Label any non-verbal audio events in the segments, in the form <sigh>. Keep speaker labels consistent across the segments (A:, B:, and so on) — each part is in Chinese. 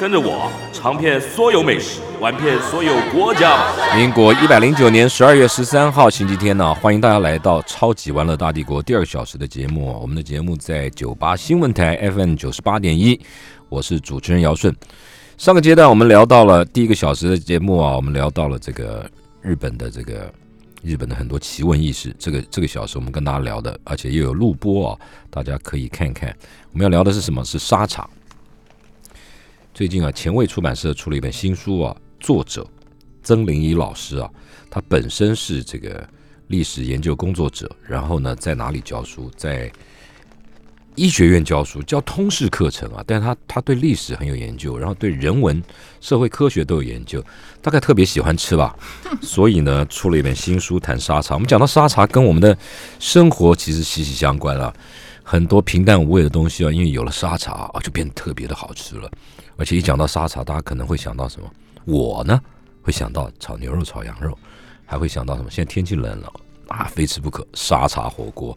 A: 跟着我尝遍所有美食，玩遍所有国家吧。
B: 民国一百零九年十二月十三号星期天呢、欢迎大家来到《超级玩乐大帝国》第二小时的节目。我们的节目在九八新闻台 FM 九十八点一，我是主持人姚顺。上个阶段我们聊到了第一个小时的节目啊，我们聊到了这个日本的这个日本的很多奇闻异事。这个这个小时我们跟大家聊的，而且又有录播啊，大家可以看看。我们要聊的是什么？是沙场。最近啊，前卫出版社出了一本新书啊，作者曾林怡老师啊，他本身是这个历史研究工作者，然后呢，在哪里教书？在医学院教书，教通识课程啊。但是他他对历史很有研究，然后对人文、社会科学都有研究，大概特别喜欢吃吧。所以呢，出了一本新书谈沙茶。我们讲到沙茶跟我们的生活其实息息相关了、很多平淡无味的东西啊，因为有了沙茶啊，就变得特别的好吃了。而且一讲到沙茶，大家可能会想到什么？我呢会想到炒牛肉、炒羊肉，还会想到什么？现在天气冷了啊，非吃不可沙茶火锅。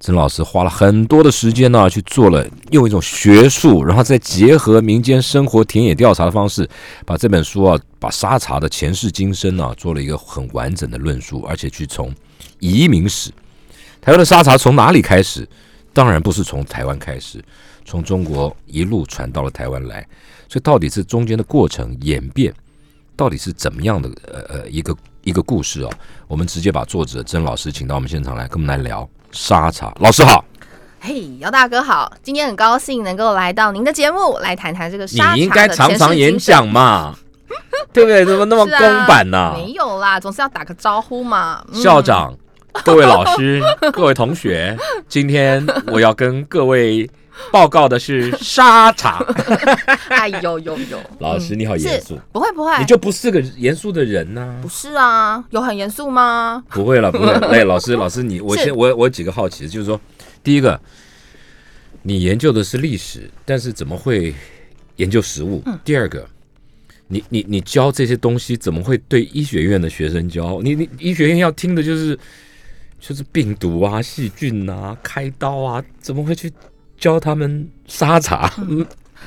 B: 曾老师花了很多的时间呢、去做了用一种学术，然后再结合民间生活田野调查的方式，把这本书啊，把沙茶的前世今生啊，做了一个很完整的论述，而且去从移民史，台湾的沙茶从哪里开始？当然不是从台湾开始，从中国一路传到了台湾来。所以到底是中间的过程演变，到底是怎么样的呃呃一个一个故事哦？我们直接把作者曾老师请到我们现场来，跟我们来聊沙茶。老师好，
C: 嘿，姚大哥好，今天很高兴能够来到您的节目，来谈谈这个
B: 你
C: 沙茶的
B: 应该常常演讲
C: <laughs>
B: 嘛，对不对？怎么那么
C: 前世今生。
B: 公
C: 是啊
B: 版呢、
C: 没有啦，总是要打个招呼嘛。嗯
B: 校长、各位老师、 <laughs> 各位同学，今天我要跟各位报告的是沙
C: <laughs>
B: 茶。
C: <laughs> 哎呦呦呦，
B: 老师 <laughs> 你好严
C: 是哎
B: 肃，
C: 不会不会，
B: 你就不是个严肃的人呐、
C: 不是啊？有很严肃吗？
B: <laughs> 不会了，不
C: <laughs>
B: 会了。哎，老师，老师，你我
C: 是
B: 先我我有几个好奇，就是说，第一个，你研究的是历史，但是怎么会研究食物？
C: 嗯
B: 第二个，你你你教这些东西，怎么会对医学院的学生教？你你医学院要听的就是就是病毒啊、细菌啊、开刀啊，怎么会去教他们沙茶？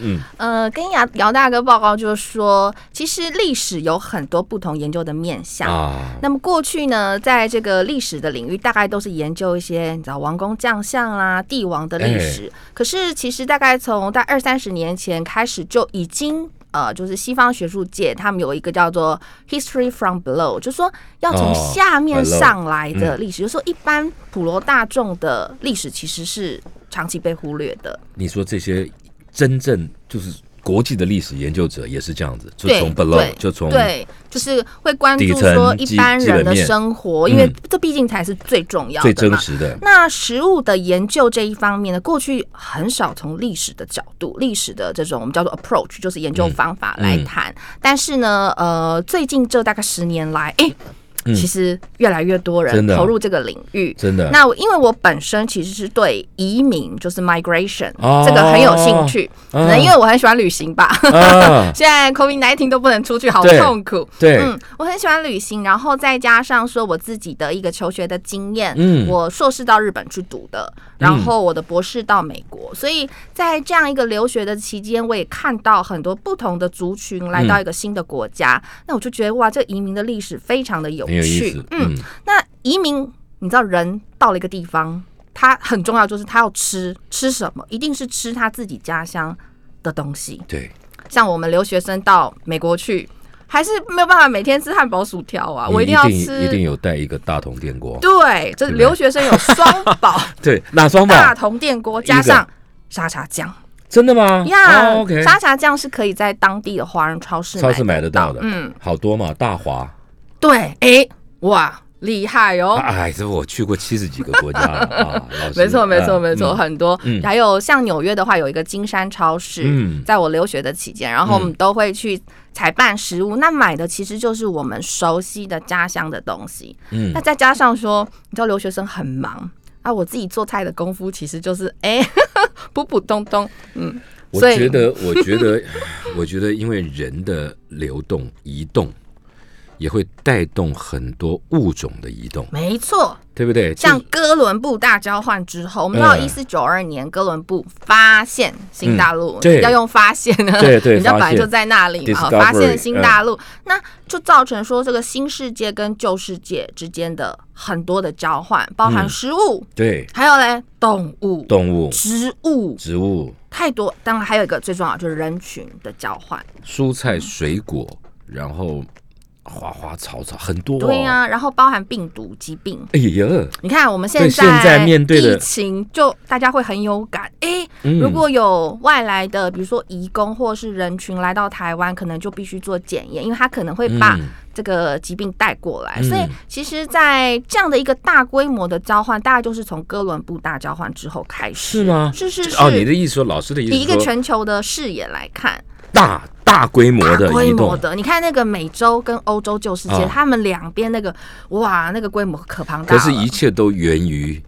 B: 嗯
C: 呃，跟姚姚大哥报告就是说，其实历史有很多不同研究的面向。
B: 啊，
C: 那么过去呢，在这个历史的领域，大概都是研究一些你知道王公将相啦、帝王的历史。
B: 哎
C: 可是其实大概从大概二三十年前开始，就已经呃，就是西方学术界他们有一个叫做 history from below，就说要从
B: 哦
C: 下面
B: below，
C: 上来的历
B: 哦
C: 史，
B: 嗯
C: 就说一般普罗大众的历史其实是长期被忽略的。
B: 你说这些真正就是。国际的历史研究者也是这样子，就
C: 对
B: 从 below
C: 对
B: 就从
C: 对，就是会关
B: 底
C: 注
B: 层
C: 说
B: 基
C: 一般
B: 基本
C: 人的
B: 面
C: 生活，因为
B: 嗯
C: 这毕竟才是最重要的
B: 最
C: 嘛。
B: 真实的。
C: 那食物的研究这一方面呢，过去很少从历史的角度、历史的这种我们叫做 approach，就是研究方法来谈。
B: 嗯
C: 但是呢，呃，最近这大概十年来，哎、其实越来越多
B: 嗯真
C: 人
B: 的
C: 投入这个领域。
B: 真的，
C: 那我因为我本身其实是对移民，就是 migration、
B: 哦
C: 这个很有兴趣，可能
B: 嗯
C: 因为我很喜欢旅行吧。 <laughs>
B: 啊，
C: 现在 COVID 1 9都不能出去，好
B: 对
C: 痛苦。
B: 对，
C: 嗯，我很喜欢旅行，然后再加上说我自己的一个求学的经验，
B: 嗯
C: 我硕士到日本去读的，然后我的博士到美国，所以在这样一个留学的期间，我也看到很多不同的族群来
B: 嗯
C: 到一个新的国家，那我就觉得哇，这移民的历史非常的有
B: 很有意
C: 趣，
B: 思，
C: 嗯，
B: 嗯，
C: 那移民，你知道人到了一个地方，他很重要就是他要吃吃什么，一定是吃他自己家乡的东西，
B: 对，
C: 像我们留学生到美国去，还是没有办法每天吃汉堡薯条啊，我
B: 你
C: 一
B: 一
C: 定要
B: 一定
C: 吃。
B: 有带一个大同电锅，
C: 对，这
B: 对不对
C: 留学生有双
B: <laughs>
C: 宝
B: 对，哪双
C: 大
B: 吧？
C: 同电
B: 一
C: 锅，
B: 个
C: 加上沙茶酱
B: 真的吗？
C: 呀
B: 哦，OK，
C: 沙茶酱是可以在当地的华人超市
B: 超市买得到
C: 到
B: 的，
C: 嗯，
B: 好多嘛，大华
C: 对，哎，哇，厉害哦。
B: 哎，这我去过七十几个国家了啊，老师
C: <laughs> 没错，没错，
B: 嗯
C: 没错，
B: 嗯
C: 很多。
B: 嗯
C: 还有像纽约的话，有一个金山超市，
B: 嗯
C: 在我留学的期间，然后我们都会去采办食物，那买的其实就是我们熟悉的家乡的东西。
B: 嗯
C: 那再加上说，你知道留学生很忙啊，我自己做菜的功夫其实就是 <laughs> 哎、普普通通，嗯，
B: 我
C: 所以
B: 觉得，我觉得，我觉得，因为人的流动、移动，也会带动很多物种的移动，
C: 没错。
B: 对不对？就
C: 像哥伦布大交换之后，我们到一
B: 嗯
C: 四九二年，哥伦布发现新大陆，
B: 嗯对
C: 要用发现呢，
B: 对对
C: 人家本
B: 发
C: 来
B: 现
C: 就在那里嘛，
B: Discovery，嗯
C: 发现新大陆，那就造成说这个新世界跟旧世界之间的很多的交换，包含
B: 嗯
C: 食物，
B: 对
C: 还有嘞动物、
B: 动物、
C: 植物
B: 植物、
C: 太多，当然还有一个最重要的就是人群的交换，
B: 蔬菜、水果，然后花花草草很多、哦。
C: 对呀、然后包含病毒疾病，
B: 哎呀，
C: 你看，我们现
B: 对现在面对的
C: 疫情，就大家会很有感。哎、
B: 嗯
C: 如果有外来的，比如说移工或是人群来到台湾，可能就必须做检验，因为他可能会把
B: 嗯
C: 这个疾病带过来。
B: 嗯
C: 所以，其实，在这样的一个大规模的交换，大概就是从哥伦布大交换之后开
B: 是
C: 始。
B: 吗？
C: 是是是。
B: 哦，你的意思说，老师的意
C: 以一
B: 思
C: 个
B: 说，
C: 全球的视野来看，
B: 大大规模
C: 大
B: 的
C: 规
B: 移
C: 模
B: 动，
C: 的，你看那个美洲跟欧洲旧世界，
B: 啊
C: 他们两边那个，哇，那个规模可庞
B: 可
C: 大了。
B: 是，一切都源于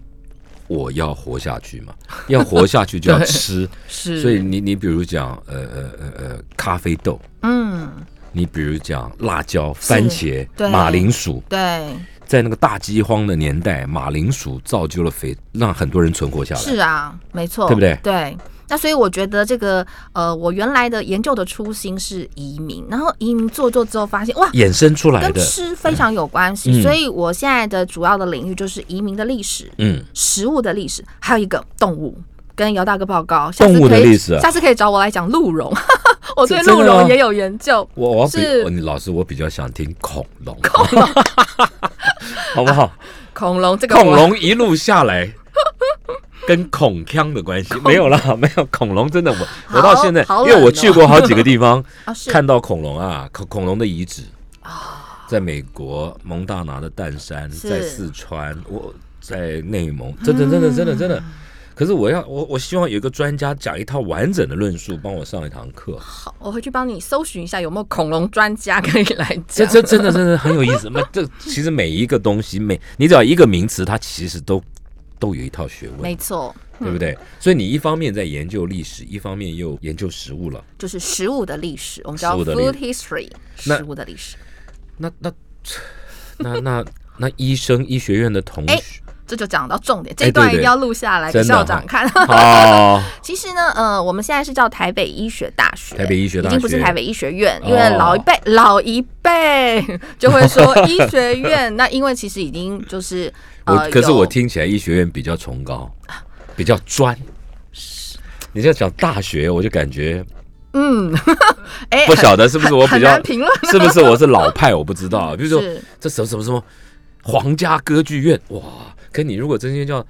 B: 我要活下去嘛， <laughs> 要活下去就要吃。
C: <laughs> 是，
B: 所以你你比如讲呃呃呃呃咖啡豆，
C: 嗯，
B: 你比如讲辣椒、番茄
C: 对、
B: 马铃薯，
C: 对，
B: 在那个大饥荒的年代，马铃薯造就了肥，让很多人存活下来。
C: 是啊，没错，
B: 对不对
C: 对。那所以我觉得这个呃，我原来的研究的初心是移民，然后移民做做之后发现哇，
B: 衍生出来
C: 跟
B: 的，
C: 吃非常有关系，
B: 嗯
C: 所以我现在的主要的领域就是移民的历史、
B: 嗯，
C: 食物的历史，还有一个动物。跟姚大哥报告，下次
B: 动物的
C: 可以
B: 历史啊
C: 下次可以找我来讲鹿茸， <laughs> 我对
B: 真的
C: 鹿茸
B: 吗
C: 也有研究。
B: 我我要比
C: 是
B: 哦你老师，我比较想听恐龙，恐龙， <laughs> 好不
C: <laughs>
B: 好？
C: 恐龙这个
B: 恐
C: 我
B: 龙一路下
C: <laughs>
B: 来。跟孔锵的关系没有啦， <laughs> 没有恐龙真的我我到现在，
C: 好
B: 因为我
C: 冷哦
B: 去过好几个地方，
C: 啊 <laughs> 是啊
B: 看到恐龙啊，恐恐龙的遗址在美国蒙大拿的淡山，
C: 是
B: 在四川，我在内蒙，真的真的真的真
C: 嗯
B: 的。可是我要我我希望有一个专家讲一套完整的论述，帮我上一堂课。
C: 好，我回去帮你搜寻一下有没有恐龙专家可以来
B: 这
C: 讲。
B: 这真的真的很有意思。那这其实每一个东西，每你只要一个名词，它其实都都有一套学问
C: 没，嗯错，
B: 对不对？所以你一方面在研究历史，一方面又研究食物了。
C: 就是食物的历史，我们叫
B: 食物的
C: food history，
B: 那
C: 食物的历史，
B: 那那那那那医生医学院的同
C: 哎
B: 学，
C: 这就讲到重点，这
B: 哎
C: 一段
B: 对
C: 一
B: 对
C: 定要录下来给
B: 真的
C: 校
B: 哈
C: 长看。
B: 好，
C: <laughs> 其实呢，呃，我们现在是叫台北医学大学，
B: 台北医学大学
C: 已经不是台北医学院，
B: 哦
C: 因为老一辈、 <laughs> 老一辈就会说医学
B: <laughs>
C: 院，那因为其实已经就是
B: 我
C: 呃，
B: 可是我
C: 有
B: 听起来医学院比较崇高，比较专。你这样讲大学，我就感
C: <laughs>
B: 觉
C: 嗯，哎，
B: 不晓得是不是我
C: 很
B: 比
C: 很
B: 较
C: 难评论，
B: <laughs> 是不是我是老派，我不知道。比如说
C: 嗯是
B: 这什么什么什么皇家歌剧院，哇！可你如果真心叫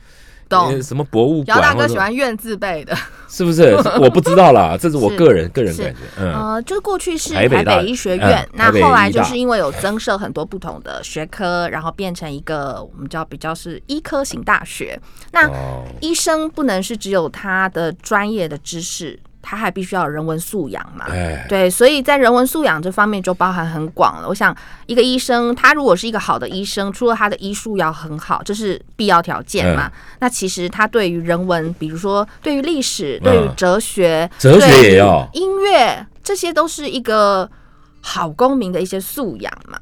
C: 懂
B: 呃什么博物
C: 姚
B: 馆
C: 大
B: 或
C: 哥
B: 者，
C: 喜欢院字辈的。
B: 是不
C: <laughs>
B: 是？我不知道啦，这是我
C: 是
B: 个人个人
C: 是
B: 感觉。嗯，
C: 呃，就是过去是
B: 台
C: 台
B: 北大
C: 北医学院，
B: 嗯
C: 那
B: 台北
C: 后来
B: 医
C: 就
B: 大
C: 是因为有增设很多不同的学科，然后变成一个我们叫比较是医科型大学。那
B: 哦，
C: 医生不能是只有他的专业的知识，他还必须要有人文素养嘛。
B: 哎，
C: 对，所以在人文素养这方面就包含很广了。我想，一个医生他如果是一个好的医生，除了他的医术要很好，这是必要条件嘛。
B: 嗯
C: 那其实他对于人文，比如说对于历史、对于
B: 嗯
C: 哲学、
B: 哲学
C: 对于
B: 也要
C: 音乐，这些都是一个好公民的一些素养嘛，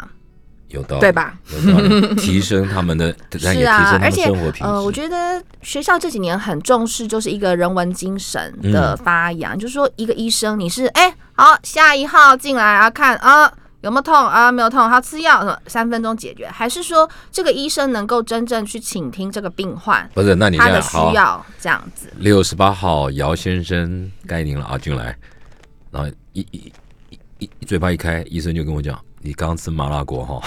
B: 有道理，
C: 对？吧？
B: 有道理，提升他们的，
C: <laughs>
B: 也提
C: 是
B: 升
C: 啊
B: 他，
C: 而
B: 们
C: 且
B: 生活品
C: 呃，我
B: 质。
C: 觉得学校这几年很重视，就是一个人文精神
B: 嗯
C: 的发扬，就是说一个医生你是哎、好下一号进来啊看啊。有没有痛啊？没有痛，好吃药，呃三分钟解决，还是说这个医生能够真正去倾听这个病患
B: 不是，那你这
C: 他的
B: 样
C: 需
B: 好，
C: 要，这样
B: <laughs>
C: 子
B: 六十八号姚先生，该您了啊，进来。然后一一一一嘴巴一开，医生就跟我讲：“你刚刚吃麻辣锅哈。”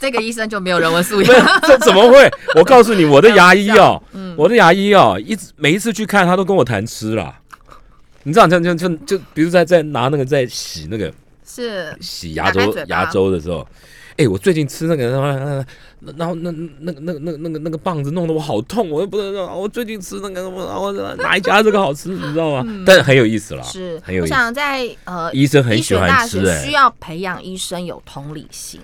C: 这个医生就没有人文素
B: <laughs>
C: 养。
B: 这怎么会？我告诉你，我的牙医哦，我的牙医哦，一直每一次去看他都跟我谈吃啦。你知道，就就就就，比如在在拿那个在洗那个
C: 是
B: 洗牙
C: 打开
B: 周
C: 嘴巴
B: 牙周的时候，哎、我最近吃那个那然后那那那那那那个那个棒子弄得我好痛，我又不能让我最近吃那个我我哪一家这个好吃，你知道吗？但是很有意思啦，
C: 是
B: 啊很，有
C: 我
B: 意思。
C: 想在呃
B: 医生很
C: 医
B: 喜
C: 学
B: 欢
C: 大
B: 吃
C: 学
B: 哎
C: 需要培养医生有同理心。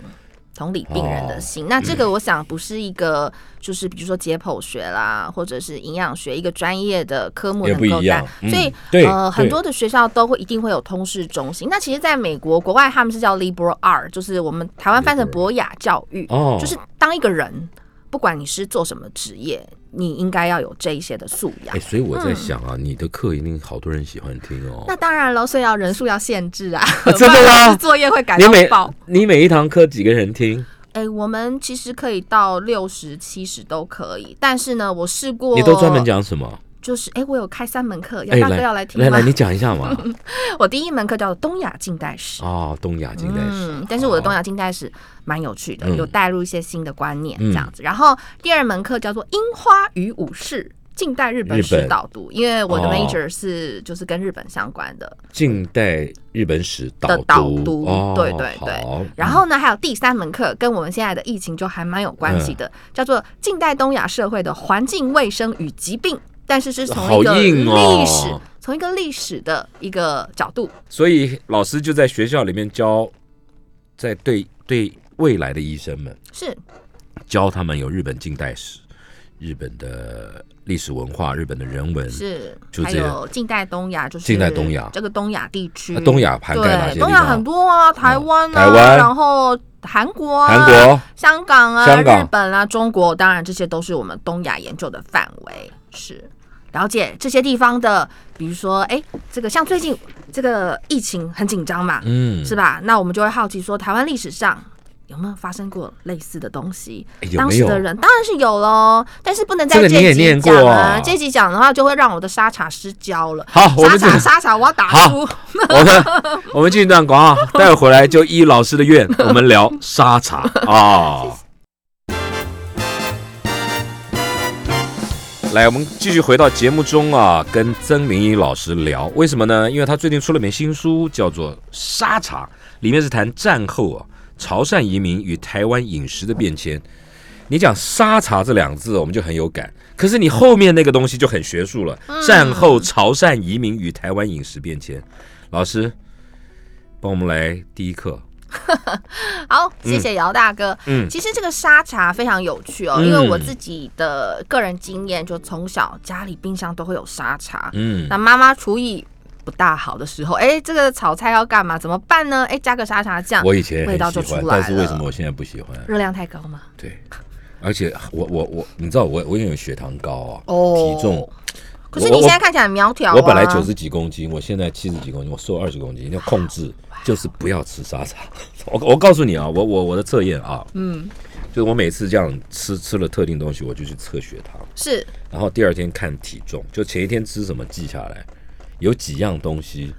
C: 同理病人的
B: 哦
C: 心，
B: 嗯
C: 那这个我想不是一个，就是比如说解剖学啦，或者是营养学一个专业的科目
B: 也不
C: 能够
B: 一样
C: 带，
B: 嗯
C: 所以
B: 对
C: 呃
B: 对
C: 很多的学校都会一定会有通识中心。那其实，在美国国外他们是叫 liberal art，就是我们台湾翻成博雅教育，
B: 哦
C: 就是当一个人，不管你是做什么职业，你应该要有这一些的素养
B: 哎、。所以我在想啊，你的课一定好多人喜欢听哦。
C: 那当然了，所以要人数要限制啊，
B: 真的吗
C: <laughs> 不然老师作业会改
B: 你
C: 到
B: 每
C: 爆。
B: 你每一堂课几个人听？
C: 哎、我们其实可以到六十七十都可以，但是呢，我试过，
B: 你都专门，讲什么？
C: 就是哎、我有开三门课，
B: 哎、
C: 要大哥
B: 来
C: 要来听
B: 来
C: 吗？
B: 来，你讲一下
C: <laughs>
B: 嘛。
C: 我第一门课叫做东亚近代史。
B: 哦，东亚近代史。
C: 嗯，但是我的东
B: 哦
C: 亚近代史蛮有趣的，
B: 嗯
C: 有带入一些新的观念
B: 嗯
C: 这样子。然后第二门课叫做《樱花与武士》。近代日本
B: 日本
C: 史导读，因为我的
B: 哦
C: major 是就是跟日本相关的，
B: 近代日本史导
C: 的
B: 读，
C: 导读
B: 哦、
C: 对对对
B: 好
C: 然后呢，还有第三门课跟我们现在的疫情就还蛮有关系
B: 嗯
C: 的，叫做近代东亚社会的环境卫生与疾病，但是是从一个
B: 好硬哦
C: 历史，从一个历史的一个角度，
B: 所以老师就在学校里面教，在对对未来的医生们
C: 是
B: 教他们有日本近代史、日本的历史文化、日本的人文。
C: 是，
B: 嗯就
C: 还
B: 这样
C: 有近代东亚，就是
B: 近代东亚
C: 这个东亚地区，
B: 那东亚涵盖哪些
C: 对，
B: 地方？嗯
C: 东亚很多啊，台湾啊，
B: 台湾
C: 然后韩国、啊、
B: 韩、国、
C: 香港啊、
B: 香港
C: 日本啊、中国，当然这些都是我们东亚研究的范围，是了解这些地方的，比如说，哎，这个像最近这个疫情很紧张嘛，
B: 嗯，
C: 是吧？那我们就会好奇说，台湾历史上。有没有发生过类似的东西？
B: 哎有
C: 当
B: 没
C: 时
B: 有
C: 的人当然是有喽，但是不能在
B: 这个
C: 这
B: 你也
C: 一集
B: 念过
C: 讲啊
B: 啊。
C: 这一集讲的话，就会让我的沙茶失焦了。
B: 好，我
C: 沙
B: 们这
C: 茶沙茶，我要打
B: 好
C: 输。
B: <laughs> 我们我们进一段广告，待会回来就依老师的愿，我们聊沙茶啊。哦来，我们继续回到节目中啊，跟曾明义老师聊，为什么呢？因为他最近出了本新书，叫做《沙茶》，里面是谈战后啊潮汕移民与台湾饮食的变迁。你讲“沙茶”这两个字，我们就很有感。可是你后面那个东西就很学术了，战后潮汕移民与台湾饮食变迁。老师，帮我们来第一课。
C: 好，谢谢姚大哥。
B: 嗯
C: 其实这个沙茶非常有趣哦，
B: 嗯
C: 因为我自己的个人经验，就从小家里冰箱都会有沙茶。
B: 嗯，
C: 那妈妈厨艺不大好的时候，哎，这个炒菜要干嘛？怎么办呢？哎，加个沙茶酱，
B: 我以前
C: 味
B: 很
C: 道
B: 喜
C: 就出
B: 欢
C: 来，
B: 但
C: 了。
B: 是为什么我现在不喜欢？
C: 热量太高吗？
B: 对，而且我我我，你知道我我因为有血糖高啊，
C: 哦
B: 体重。
C: 可是
B: 我
C: 你现在看起来很苗条、啊
B: 我本来九，十几公斤，我现在七十几公斤，我瘦二十公斤，要控制就是不要吃沙茶。 <laughs> 我我告诉你啊，我我我的测验啊，
C: 嗯，
B: 就是我每次这样吃吃了特定东西，我就去测血糖，
C: 是
B: 然后第二天看体重，就前一天吃什么记下来，有几样东西，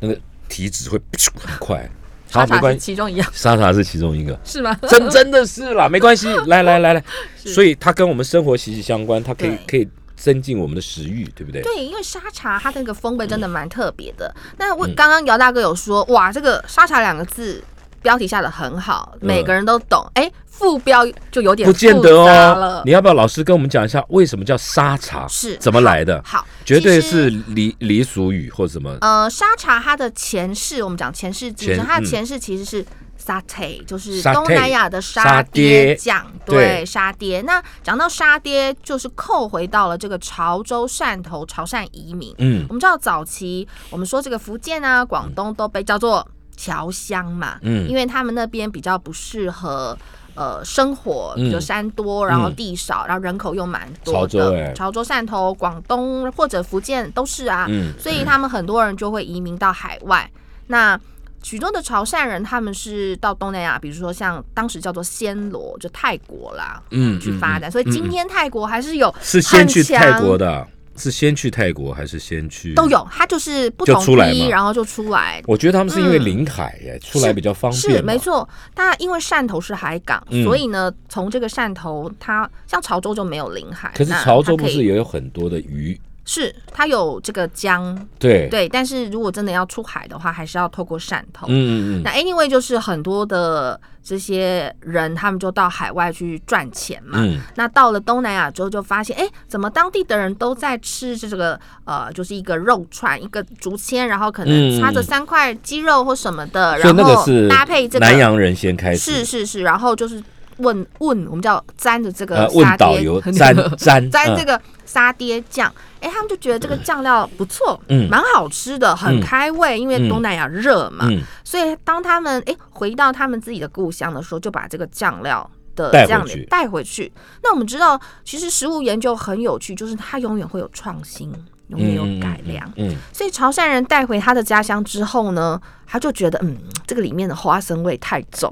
B: 那个体脂会很快。好，
C: 沙
B: 没
C: 茶
B: 关
C: 是
B: 系，
C: 其中一样，
B: 沙茶是其中一个，
C: 是吗？
B: 真真的是啦，没
C: <laughs>
B: 关系，来来来来，所以它跟我们生活息息相关，它可以可以增进我们的食欲，对不对？
C: 对，因为沙茶它那个风味真的蛮特别的。那
B: 嗯
C: 我刚刚姚大哥有说，哇，这个沙茶两个字标题下的很好，每个人都懂。哎、副标就有
B: 嗯
C: 点
B: 不见得
C: 复杂
B: 哦
C: 了，
B: 你要不要老师跟我们讲一下为什么叫沙茶？
C: 是
B: 怎么来的？
C: 好，
B: 绝对
C: 其
B: 是
C: 实
B: 俚俚俗语或什么？
C: 呃，沙茶它的前世，我们讲前世今
B: 前
C: 生，它
B: 嗯
C: 的前世其实是 satay，就是
B: satay，
C: 东南亚的
B: 沙
C: 沙
B: 爹
C: 爹酱，
B: 对
C: 对，沙爹。那讲到沙爹，就是扣回到了这个潮州汕头潮汕移民。
B: 嗯
C: 我们知道早期我们说这个福建啊、广东都被叫做侨乡嘛，
B: 嗯
C: 因为他们那边比较不适合。呃，生活
B: 嗯
C: 比如山多，然后
B: 嗯
C: 地少，然后人口又蛮
B: 潮
C: 多
B: 州
C: 的
B: 哎，
C: 潮州、汕头、广东或者福建都是啊。
B: 嗯
C: 所以他们很多人就会移民到海外。那许多的潮汕人，他们是到东南亚，比如说像当时叫做暹罗，就泰国啦，
B: 嗯
C: 去发展。所以今天泰国还是有
B: 是先去
C: 很强
B: 泰国的啊，是先去泰国还是先去？
C: 都。有，它就是不
B: 就
C: 同
B: 出来嘛
C: 批，然后就出来。
B: 我觉得他们是因为
C: 嗯
B: 临海耶，出来比较方便嘛。
C: 是没错，那因为汕头是海港，
B: 嗯
C: 所以呢，从这个汕头，它像潮州就没有临海。
B: 可是
C: 那
B: 潮州不
C: 它可以
B: 是也有很多的渔
C: 是它有这个江，
B: 对，
C: 对，但是如果真的要出海的话，还是要透过汕头。
B: 嗯嗯嗯，
C: 那 anyway 就是很多的这些人，他们就到海外去赚钱嘛。
B: 嗯
C: 那到了东南亚之后，就发现哎，诶怎么当地的人都在吃这个呃，就是一个肉串，一个竹签，然后可
B: 嗯
C: 能插着三块鸡肉或什么的，
B: 所以
C: 然
B: 那个
C: 后
B: 是
C: 搭配这个
B: 南洋人先开始，
C: 是是是，然后就是问问我们叫沾着这
B: 呃
C: 个，
B: 问
C: 沙
B: 导
C: 爹，
B: 游
C: 那
B: 沾
C: 个 <laughs>
B: 沾
C: 沾
B: 嗯
C: 这个沙爹酱，哎、他们就觉得这个酱料不错，
B: 嗯
C: 蛮好吃的，很
B: 嗯
C: 开胃，因为
B: 嗯
C: 东南亚热嘛，
B: 嗯
C: 所以当他们哎、回到他们自己的故乡的时候，就把这个酱料。的
B: 带回
C: 酱
B: 去
C: 料带回去。那我们知道，其实食物研究很有趣，就是它永远会有创新，永远有改良。
B: 嗯，嗯
C: 所以潮汕人带回他的家乡之后呢，他就觉得，嗯，这个里面的花生味太重，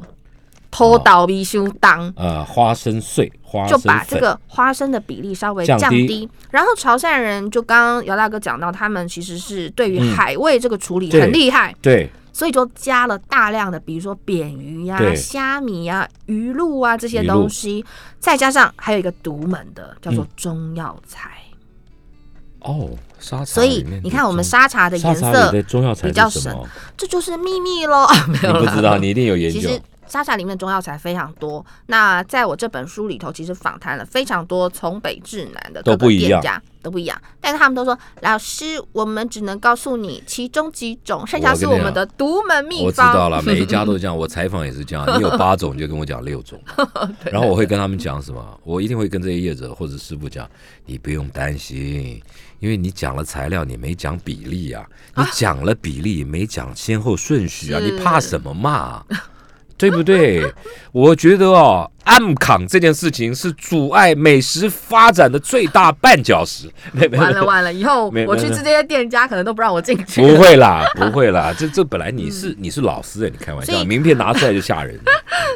C: 偷倒逼修当。
B: 呃，花生碎，哦花
C: 就
B: 生
C: 把这
B: 粉
C: 个花生的比例稍微
B: 降
C: 降
B: 低
C: 低，然后潮汕人就刚刚姚大哥讲到，他们其实是对于
B: 嗯
C: 海味这个处理
B: 对
C: 很厉害，
B: 对，
C: 所以就加了大量的，比如说扁鱼呀、
B: 对
C: 虾米呀、鱼露啊这些
B: 鱼露
C: 东西，再加上还有一个独门的叫做
B: 嗯
C: 中药材，
B: 哦，沙茶
C: 所
B: 里
C: 以
B: 面的中，
C: 你看我们沙茶的
B: 沙
C: 颜
B: 茶
C: 色
B: 里的中药材
C: 比较
B: 是什
C: 深
B: 么？
C: 这就是秘密喽， <laughs> 没
B: 你
C: 有
B: 不
C: 啦
B: 知道，你一定有研
C: 其
B: 究
C: 实。沙茶里面中药材非常多。那在我这本书里头，其实访谈了非常多从北至南的
B: 都
C: 各
B: 不
C: 个
B: 一
C: 店
B: 样
C: 家都不一样，但是他们都说老师，我们只能告诉你其中几种，剩下
B: 我跟
C: 是
B: 你
C: 我
B: 讲
C: 们的独门秘方。
B: 我知道了，每一家都这样。我采访也是
C: <laughs>
B: 这样，你有八种你就跟我讲六种，然后我会跟他们讲什么？我一定会跟这些业者或者师傅讲，你不用担心，因为你讲了材料，你没讲比例啊，你讲了比例，没讲先后顺序啊，
C: 是
B: 你怕什么嘛？对不对？ <laughs> 我觉得哦，暗扛这件事情是阻碍美食发展的最大绊脚石。 <laughs> 没没
C: <laughs> 完了完了，以
B: <laughs>
C: 后
B: 没
C: 我去
B: 没
C: 吃这些店家，可能都不让我进去。
B: 不会
C: <laughs>
B: 啦，不会啦，这这本来你是你是老师哎，你开玩
C: 嗯所
B: 笑，
C: 以啊
B: 名片拿出来就吓
C: <laughs>
B: 人。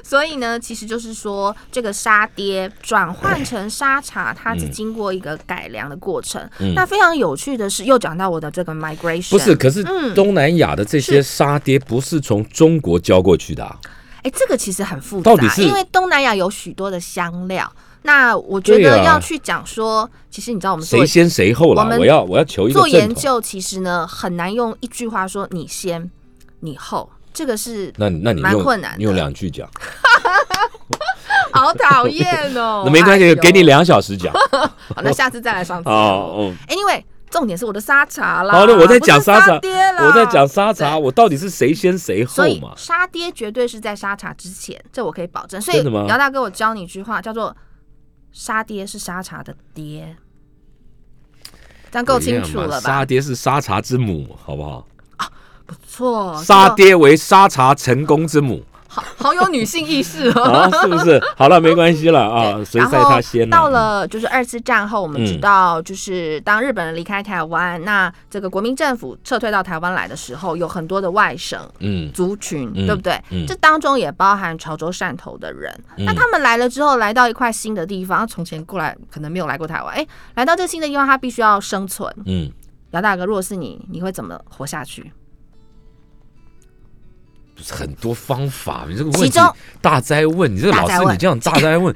C: 所以呢，其实就是说，这个沙爹转换成沙茶，它是
B: 嗯
C: 经过一个改良的过程。
B: 嗯
C: 那非常有趣的是，又讲到我的这个 migration，
B: 不是，可是
C: 嗯
B: 东南亚的这些沙爹不是从中国交过去的、啊，
C: 哎，这个其实很复杂，
B: 到底是
C: 因为东南亚有许多的香料。那我觉
B: 对
C: 得
B: 啊
C: 要去讲说，其实你知道我们做
B: 谁先谁后
C: 我
B: 啦？
C: 们
B: 我要我要求一个
C: 做
B: 正
C: 研
B: 统。
C: 究，其实呢很难用一句话说你先你后，这个是
B: 那你那你
C: 蛮
B: 用
C: 困难的哦
B: 你用两句讲，
C: <laughs> 好讨厌哦。
B: <laughs> 那没关
C: 哎
B: 系，
C: 呦
B: 给你。两小时
C: <laughs>
B: 讲。
C: 好，那下次再来上节目。
A: 哦
C: Anyway，重点是我的沙茶啦。
B: 好的，我在
C: 不是
B: 讲
C: 沙
B: 茶，
C: 爹啦
B: 我在讲沙茶，
C: 对
B: 我到底是谁先谁后
C: 所以
B: 嘛？哎
C: 沙爹绝对是在沙茶之前，这我可以保证。所以
B: 真的吗
C: 姚大哥，我教你一句话，叫做“沙爹是沙茶的爹”，这样够清楚
B: 一样嘛
C: 了吧？哦
B: 沙爹是沙茶之母，好不好？
C: 错，
B: 沙爹为沙茶成功之母
C: 好好有女性意识哦。
B: <laughs> 啊，是不
C: <laughs>
B: 是？好了，没关系了啊，谁
C: 然
B: 在
C: 后
B: 他先
C: 到了就是二次战后，我们
B: 嗯
C: 知道，就是当日本人离开台湾，那这个国民政府撤退到台湾来的时候，有很多的外省
B: 嗯
C: 族群，
B: 嗯
C: 对不对？
B: 嗯
C: 这当中也包含潮州汕头的人。那他们来了之后，来到一块新的地方，从前过来可能没有来过台湾，哎，来到这新的地方，他必须要生存。
B: 嗯，
C: 姚大哥，如果是你，你会怎么活下去？
B: 很多方法，你这个问
C: 其
B: 题
C: 中
B: 大灾问，你这个
C: 大
B: 老
C: 灾
B: 师
C: 问
B: 你这样大灾
C: <laughs>
B: 问，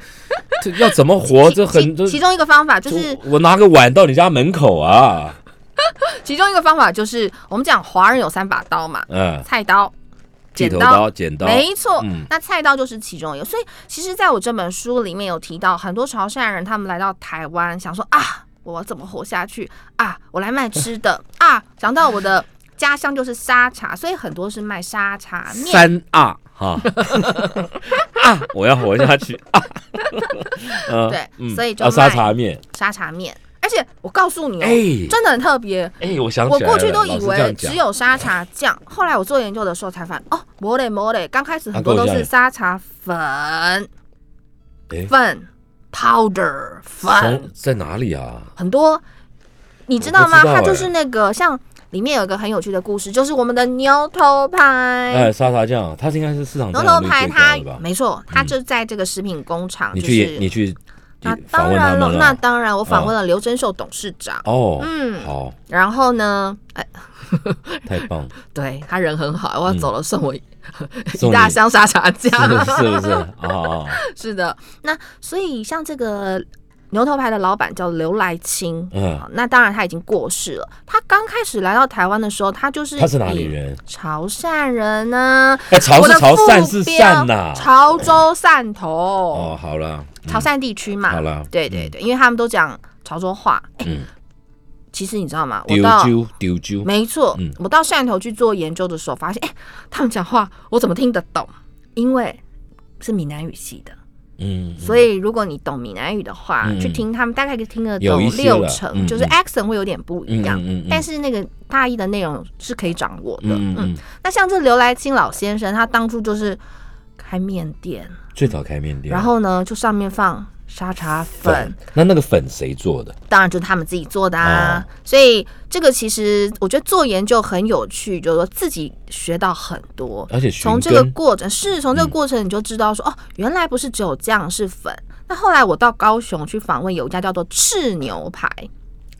B: 这要怎么活？
C: 其
B: 这很
C: 其其中一个方法就是
B: 我，我拿个碗到你家门口啊，
C: 其中一个方法就是，我们讲华人有三把刀嘛，
B: 嗯，
C: 菜刀、
B: 剃
C: 剪
B: 头刀、剪刀，
C: 没错，
B: 嗯
C: 那菜刀就是其中一个。所以其实在我这本书里面有提到，很多潮汕人他们来到台湾，想说啊，我怎么活下去啊？我来卖
B: <laughs>
C: 吃的啊，想到我的家乡就是沙茶，所以很多是卖沙茶面。
B: 三啊
C: <laughs>
B: 哈啊，我要活下去啊，嗯
C: 对
B: 嗯
C: 所以就
B: 啊沙
C: 卖
B: 茶面，
C: 沙茶面，而且我告诉你哦，
B: 哎
C: 真的很特别。
B: 哎，我想起
C: 我
B: 来了，
C: 过去都
B: 老师
C: 以
B: 这样
C: 为
B: 讲
C: 只有沙茶酱，后来我做研究的时候才发现，哦，摩嘞摩嘞，刚开始很多
B: 啊跟我
C: 都
B: 一样
C: 是沙茶粉、粉 powder 粉
B: 从，在哪里啊？
C: 很多，你知道吗？
B: 我不知道
C: 它
B: 欸
C: 就是那个像里面有一个很有趣的故事，就是我们的牛头牌。
B: 哎，沙茶酱，它是应该是市场
C: 牛
B: 占
C: 头
B: 有率
C: 牌
B: 最
C: 它
B: 高的吧？嗯
C: 没错，它就在这个食品工厂，
B: 你
C: 就
B: 去也你
C: 是
B: 去
C: 那
B: 访
C: 当
B: 问他
C: 然
B: 们
C: 了，那
B: 了。啊
C: 当然我访问了刘真秀董事长，
B: 哦，
C: 嗯
B: 好，
C: 然后呢，哎，
B: 太棒了， <laughs>
C: 对他人很好，我
B: 嗯
C: 走了送我一
B: 送
C: 一大
B: 你
C: 箱沙茶酱， <laughs>
B: 是不是？是不是啊？啊啊
C: 是的，那所以像这个牛头牌的老板叫刘来清，
B: 嗯
C: 啊那当然他已经过世了。他刚开始来到台湾的时候，他就是
B: 他是哪里
C: 以
B: 人？
C: 潮汕人呢？
B: 哎，潮
C: 我
B: 是
C: 的
B: 潮
C: 副
B: 汕是
C: 标
B: 汕呐。
C: 潮州汕头，
B: 哦，好了，
C: 潮汕地区嘛。
B: 好啦
C: 对对对，因为他们都讲潮州话。哎
B: 嗯
C: 其实你知道吗？我
B: 丢
C: 到
B: 丢丢丢，
C: 没错，
B: 嗯
C: 我到汕头去做研究的时候，发现哎、他们讲话我怎么听得懂？因为是闽南语系的，
B: 嗯，
C: 所以如果你懂闽南语的话，
B: 嗯
C: 去听他们大概可以听得
B: 有
C: 懂
B: 一些了
C: 六成，
B: 嗯
C: 就是 accent 会有点不一
B: 嗯
C: 样，
B: 嗯嗯嗯
C: 但是那个大意的内容是可以掌握的。
B: 嗯嗯
C: 嗯，
B: 嗯，
C: 那像这刘来清老先生，他当初就是开面店，
B: 最早开面店，
C: 然后呢就上面放沙茶粉，，
B: 那那个粉谁做的？
C: 当然就是他们自己做的
B: 哦
C: 啊。所以这个其实我觉得做研究很有趣，就是说自己学到很多，
B: 而且寻
C: 从这个
B: 根嗯
C: 过程是从这个过程你就知道说、哦，原来不是只有酱是粉。那后来我到高雄去访问，有一家叫做赤牛排，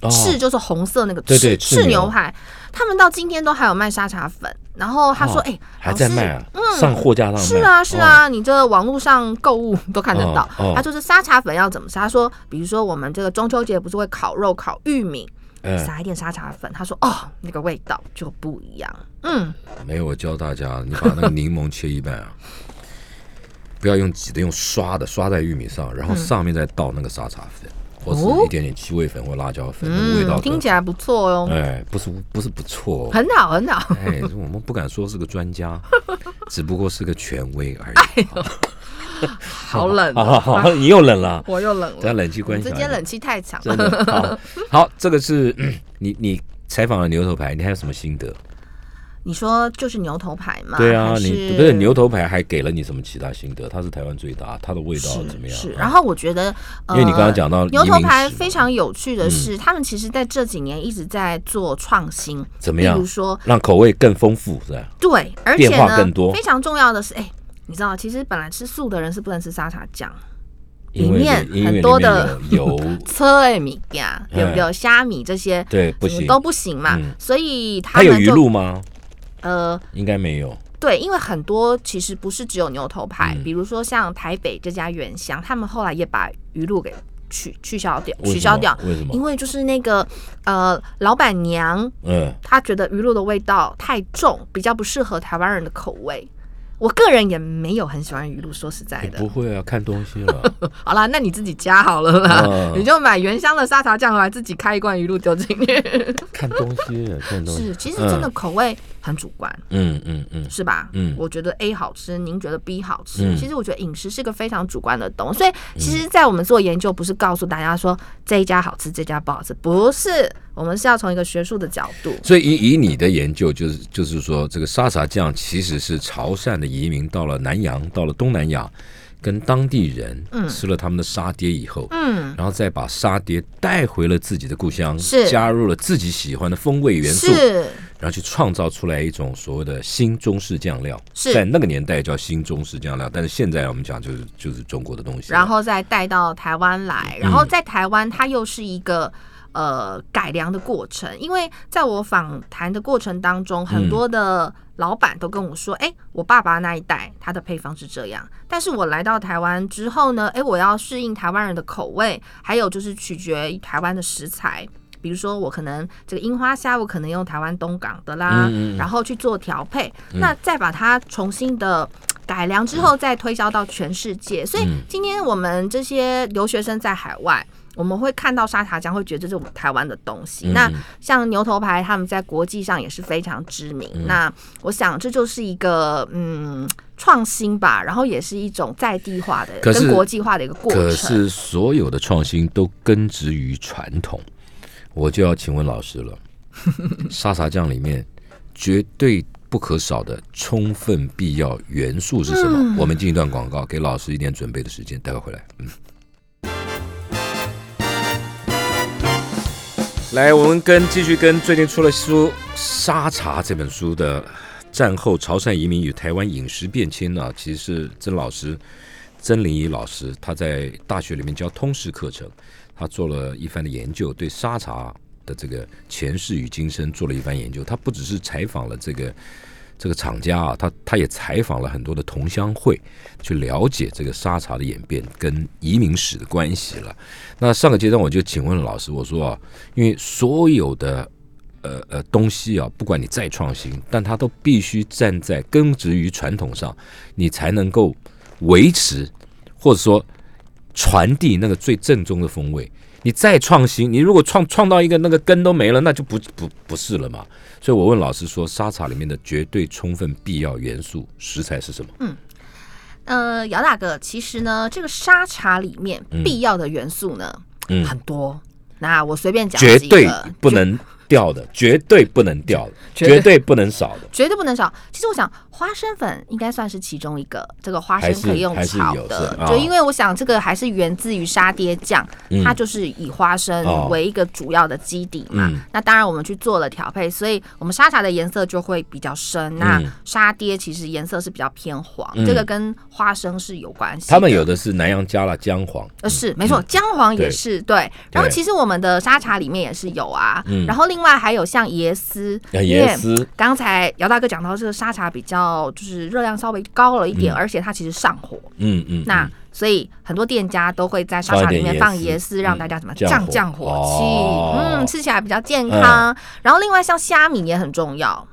B: 哦
C: 赤就是红色那个
B: 对
C: 赤
B: 对赤
C: 赤
B: 牛
C: 牛排，他们到今天都还有卖沙茶粉。然后他说：“
B: 哦
C: 哎、
B: 还
C: 老
B: 在
C: 师
B: 卖啊，上货架上卖。
C: 是啊，是啊，你这网络上购物 <laughs> 都看得到。
B: 哦哦哦
C: 他就是沙茶粉要怎么杀？他说，比如说我们这个中秋节不是会烤肉、烤玉米，
B: 嗯
C: 撒一点沙茶粉。他说，哦，那个味道就不一样。嗯，
B: 哦，没有，我教大家，你把那个柠檬切一半啊， <laughs> 不要用挤的，用刷的，刷在玉米上，然后上面再倒那个沙茶粉，或
C: 嗯哦
B: 是一点点七味粉或辣椒粉，那个味道更
C: 嗯，听起来不错哦，
B: 哎，不是不是不错、哦。
C: 很好，
B: <laughs>
C: 很好。
B: 哎，我们不敢说是个专
C: <laughs>
B: 家，只不过是个权威而已。
C: 哎好冷
B: 好好
C: 哦，
B: 好，你又冷了，
C: 我又冷
B: 大家
C: 了。
B: 冷气关
C: 你
B: 小
C: 这
B: 一
C: 间
B: 点。
C: 冷气太强
B: 真的好，好，这个是 <clears throat> 你你采访了牛头牌，你还有什么心得？
C: 你说就是牛头牌嘛？
B: 对啊，
C: 还
B: 你不是牛头牌还给了你什么其他心得？它是台湾最大，它的味道
C: 是
B: 怎么样？
C: 是，然后我觉得，
B: 因
C: 呃、
B: 为你刚刚讲到
C: 牛
B: 移
C: 头
B: 民嗯
C: 牌
B: 史
C: 非常有趣的是，他们其实在这几年一直在做创新，
B: 怎么
C: 比
B: 样
C: 如说，
B: 让口味更丰富，是吧？
C: 对，而且
B: 变化
C: 呢，
B: 更多
C: 非常重要的是，哎，你知道，其实本来吃素的人是不能吃沙茶酱，
B: 因
C: 里
B: 为
C: 面
B: 因为
C: 很
B: 里
C: 多
B: 面
C: 的
B: 有
C: <laughs>
B: 油，
C: 车哎米呀，有没有虾米这些，
B: 对不
C: 什么
B: 行
C: 都不行嘛
B: 嗯，
C: 所以他
B: 它有
C: 们
B: 鱼
C: 就
B: 露吗？
C: 呃，
B: 应该没有。
C: 对，因为很多其实不是只有牛头牌，
B: 嗯
C: 比如说像台北这家原香，他们后来也把鱼露给取取消掉，
B: 为什么
C: 取消掉，
B: 为什么
C: 因为就是那个呃，老板娘
B: 嗯，
C: 她觉得鱼露的味道太重，比较不适合台湾人的口味。我个人也没有很喜欢鱼露，说实在
B: 也
C: 的
B: 不。会啊，看东西
C: <laughs>
B: 了。
C: 好啦，那你自己加好了啦，
B: 嗯
C: <laughs> 你就买原香的沙茶酱回来，自己开一罐鱼露
B: <laughs>
C: 丢进去。
B: 看东
C: <laughs>
B: 西，看东西。
C: 是，其实真的口味很主观。
B: 嗯嗯嗯，
C: 是吧？
B: 嗯
C: 我觉得 A 好吃，您觉得 B 好吃。
B: 嗯
C: 其实我觉得饮食是个非常主观的东西，所以其实，在我们做研究，不是告诉大家说这一家好吃，这家不好吃，不是，我们是要从一个学术的角度。
B: 所以以以你的研究，就是就是说，这个沙茶酱其实是潮汕的移民到了南洋，到了东南亚，跟当地人吃了他们的沙爹以后，
C: 嗯，
B: 然后再把沙爹带回了自己的故乡，
C: 是
B: 加入了自己喜欢的风味元素，
C: 是
B: 然后去创造出来一种所谓的新中式酱料，
C: 是
B: 在那个年代叫新中式酱料，但是现在我们讲就是就是中国的东西了，嗯
C: 然后再带到台湾来，然后在台湾它又是一个。呃，改良的过程，因为在我访谈的过程当中，很多
B: 嗯
C: 的老板都跟我说，哎、我爸爸那一代他的配方是这样，但是我来到台湾之后呢，哎、我要适应台湾人的口味，还有就是取决于台湾的食材，比如说我可能这个樱花虾，我可能用台湾东港的啦，
B: 嗯嗯嗯嗯
C: 然后去做调配，那再把它重新的改良之后，再推销到全世界。所以
B: 嗯
C: 今天我们这些留学生在海外。我们会看到沙茶酱，会觉得这是我们台湾的东西。
B: 嗯
C: 那像牛头牌，他们在国际上也是非常知名。
B: 嗯
C: 那我想这就是一个嗯创新吧，然后也是一种在地化的
B: 可是
C: 跟国际化的一个过程。
B: 可是所有的创新都根植于传统，我就要请问老师
C: <laughs>
B: 了，沙茶酱里面绝对不可少的充分必要元素是什么？
C: 嗯
B: 我们进一段广告，给老师一点准备的时间，待会回来。嗯。来，我们跟继续跟最近出了书《沙茶》这本书的战后潮汕移民与台湾饮食变迁呢、其实是曾老师曾林怡老师，他在大学里面教通识课程，他做了一番的研究，对沙茶的这个前世与今生做了一番研究。他不只是采访了这个这个厂家啊，他他也采访了很多的同乡会，去了解这个沙茶的演变跟移民史的关系了。那上个阶段我就请问老师，我说啊，因为所有的呃呃东西啊，不管你再创新，但它都必须站在根植于传统上，你才能够维持或者说传递那个最正宗的风味。你再创新，你如果创创到一个那个根都没了，那就不不不是了嘛。所以我问老师说，沙茶里面的绝对充分必要元素食材是什么？
C: 嗯呃，姚大哥，其实呢，这个沙茶里面必要的元素呢、
B: 嗯
C: 很多。那我随便讲
B: 绝
C: 几
B: 对
C: 个
B: 不能掉的，绝对不能掉的，
C: 嗯 <laughs> 绝
B: 绝对不能少的。
C: 绝对不能少。其实我想，花生粉应该算是其中一个，这个花
B: 还
C: 生
B: 是
C: 可以用
B: 还是
C: 炒
B: 有
C: 的
B: 是，啊
C: 就因为我想这个还是源自于沙爹酱，它就是以花
B: 嗯哦
C: 生为一个主要的基底嘛。
B: 嗯
C: 那当然我们去做了调配，所以我们沙茶的颜色就会比较深。
B: 嗯
C: 那沙爹其实颜色是比较偏黄，这个跟花生是有关系的。
B: 他们嗯有的嗯是南洋加了姜黄，
C: 呃，是没错，姜黄也是对。然后其实我们的沙茶里面也是有啊，然后另外还有像椰丝，
B: 呃
C: 因为
B: 嗯椰丝
C: 刚才姚大哥讲到这个沙茶比较就是热量稍微高了一点，而且它其实上火，
B: 嗯嗯，
C: 那所以很多店家都会在沙茶里面放
B: 放一点椰
C: 椰
B: 丝
C: 丝，让大家怎么
B: 降
C: 降
B: 火
C: 降火
B: 哦
C: 气，嗯，吃起来比较健康。然后另外像虾米也很重要，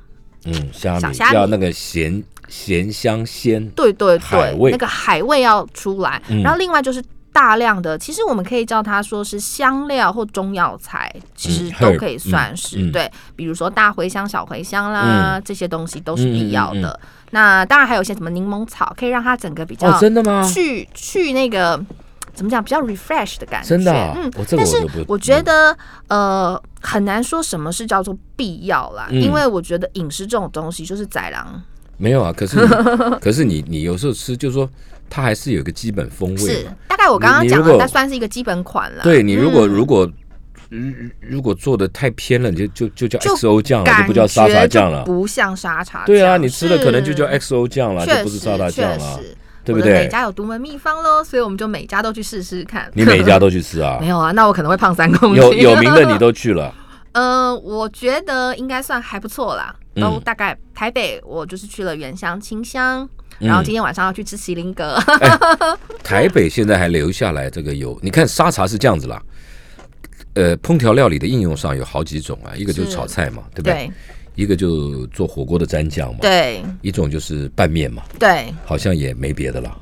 B: 嗯虾
C: 小
B: 米
C: 虾米
B: 要那个咸咸香鲜，
C: 对对
B: 海
C: 对
B: 味，嗯
C: 那个海味要出来。然后另外就是大量的，其实我们可以叫它说是香料或中药材，其实都
B: 嗯 herb，
C: 可以算是、
B: 嗯嗯嗯
C: 对，比如说大茴香、小茴香啦，这些东西都是必要
B: 嗯嗯
C: 的。那当然还有一些什么柠檬草，可以让它整个比较
B: 哦，真的吗？
C: 去、去那个怎么讲，比较 refresh 的感觉。
B: 真的啊
C: 嗯，
B: 我这个我
C: 但是
B: 就不
C: 我觉得、呃很难说什么是叫做必要啦，
B: 嗯
C: 因为我觉得饮食这种东西就是宰狼。
B: 没有啊，可
C: <laughs>
B: 是你可是你你有时候吃，就是说它还是有一个基本风味
C: 是
B: 嘛。，
C: 大概我刚刚
B: 你
C: 讲
B: 你如
C: 了，
B: 果
C: 它算是一个基本款了。
B: 对你如果
C: 嗯
B: 如果如如果做的太偏了，你就就就叫
C: 就
B: XO 酱了，
C: 感
B: 就
C: 觉
B: 不叫沙茶酱
C: 就
B: 了。
C: 不像沙茶酱。
B: 对啊，你吃的
C: 是
B: 可能就叫 XO 酱了，
C: 确
B: 就
C: 实
B: 不是沙茶酱了
C: 确，实
B: 对不
C: 我的每
B: 对？
C: 家有独门秘方喽，所以我们就每家都去试试看。
B: 你每家都去吃啊
C: <laughs> 没？有啊？那我可能会胖三公斤。
B: 有有名的你。都去了，
C: <laughs> 呃，我觉得应该算还不错啦。
B: 嗯
C: 都大概台北，我就是去了原乡、清香，
B: 嗯
C: 然后今天晚上要去吃麒麟阁。
B: 台北现在还留下来这个有，你看沙茶是这样子啦，呃，烹调料理的应用上有好几种啊，一个就是
C: 是
B: 炒菜嘛，对不对？
C: <laughs> 对
B: 一个就做火锅的蘸酱嘛，
C: 对
B: 一种就是拌面嘛，
C: 对，
B: 好像也没别的了。
C: 呃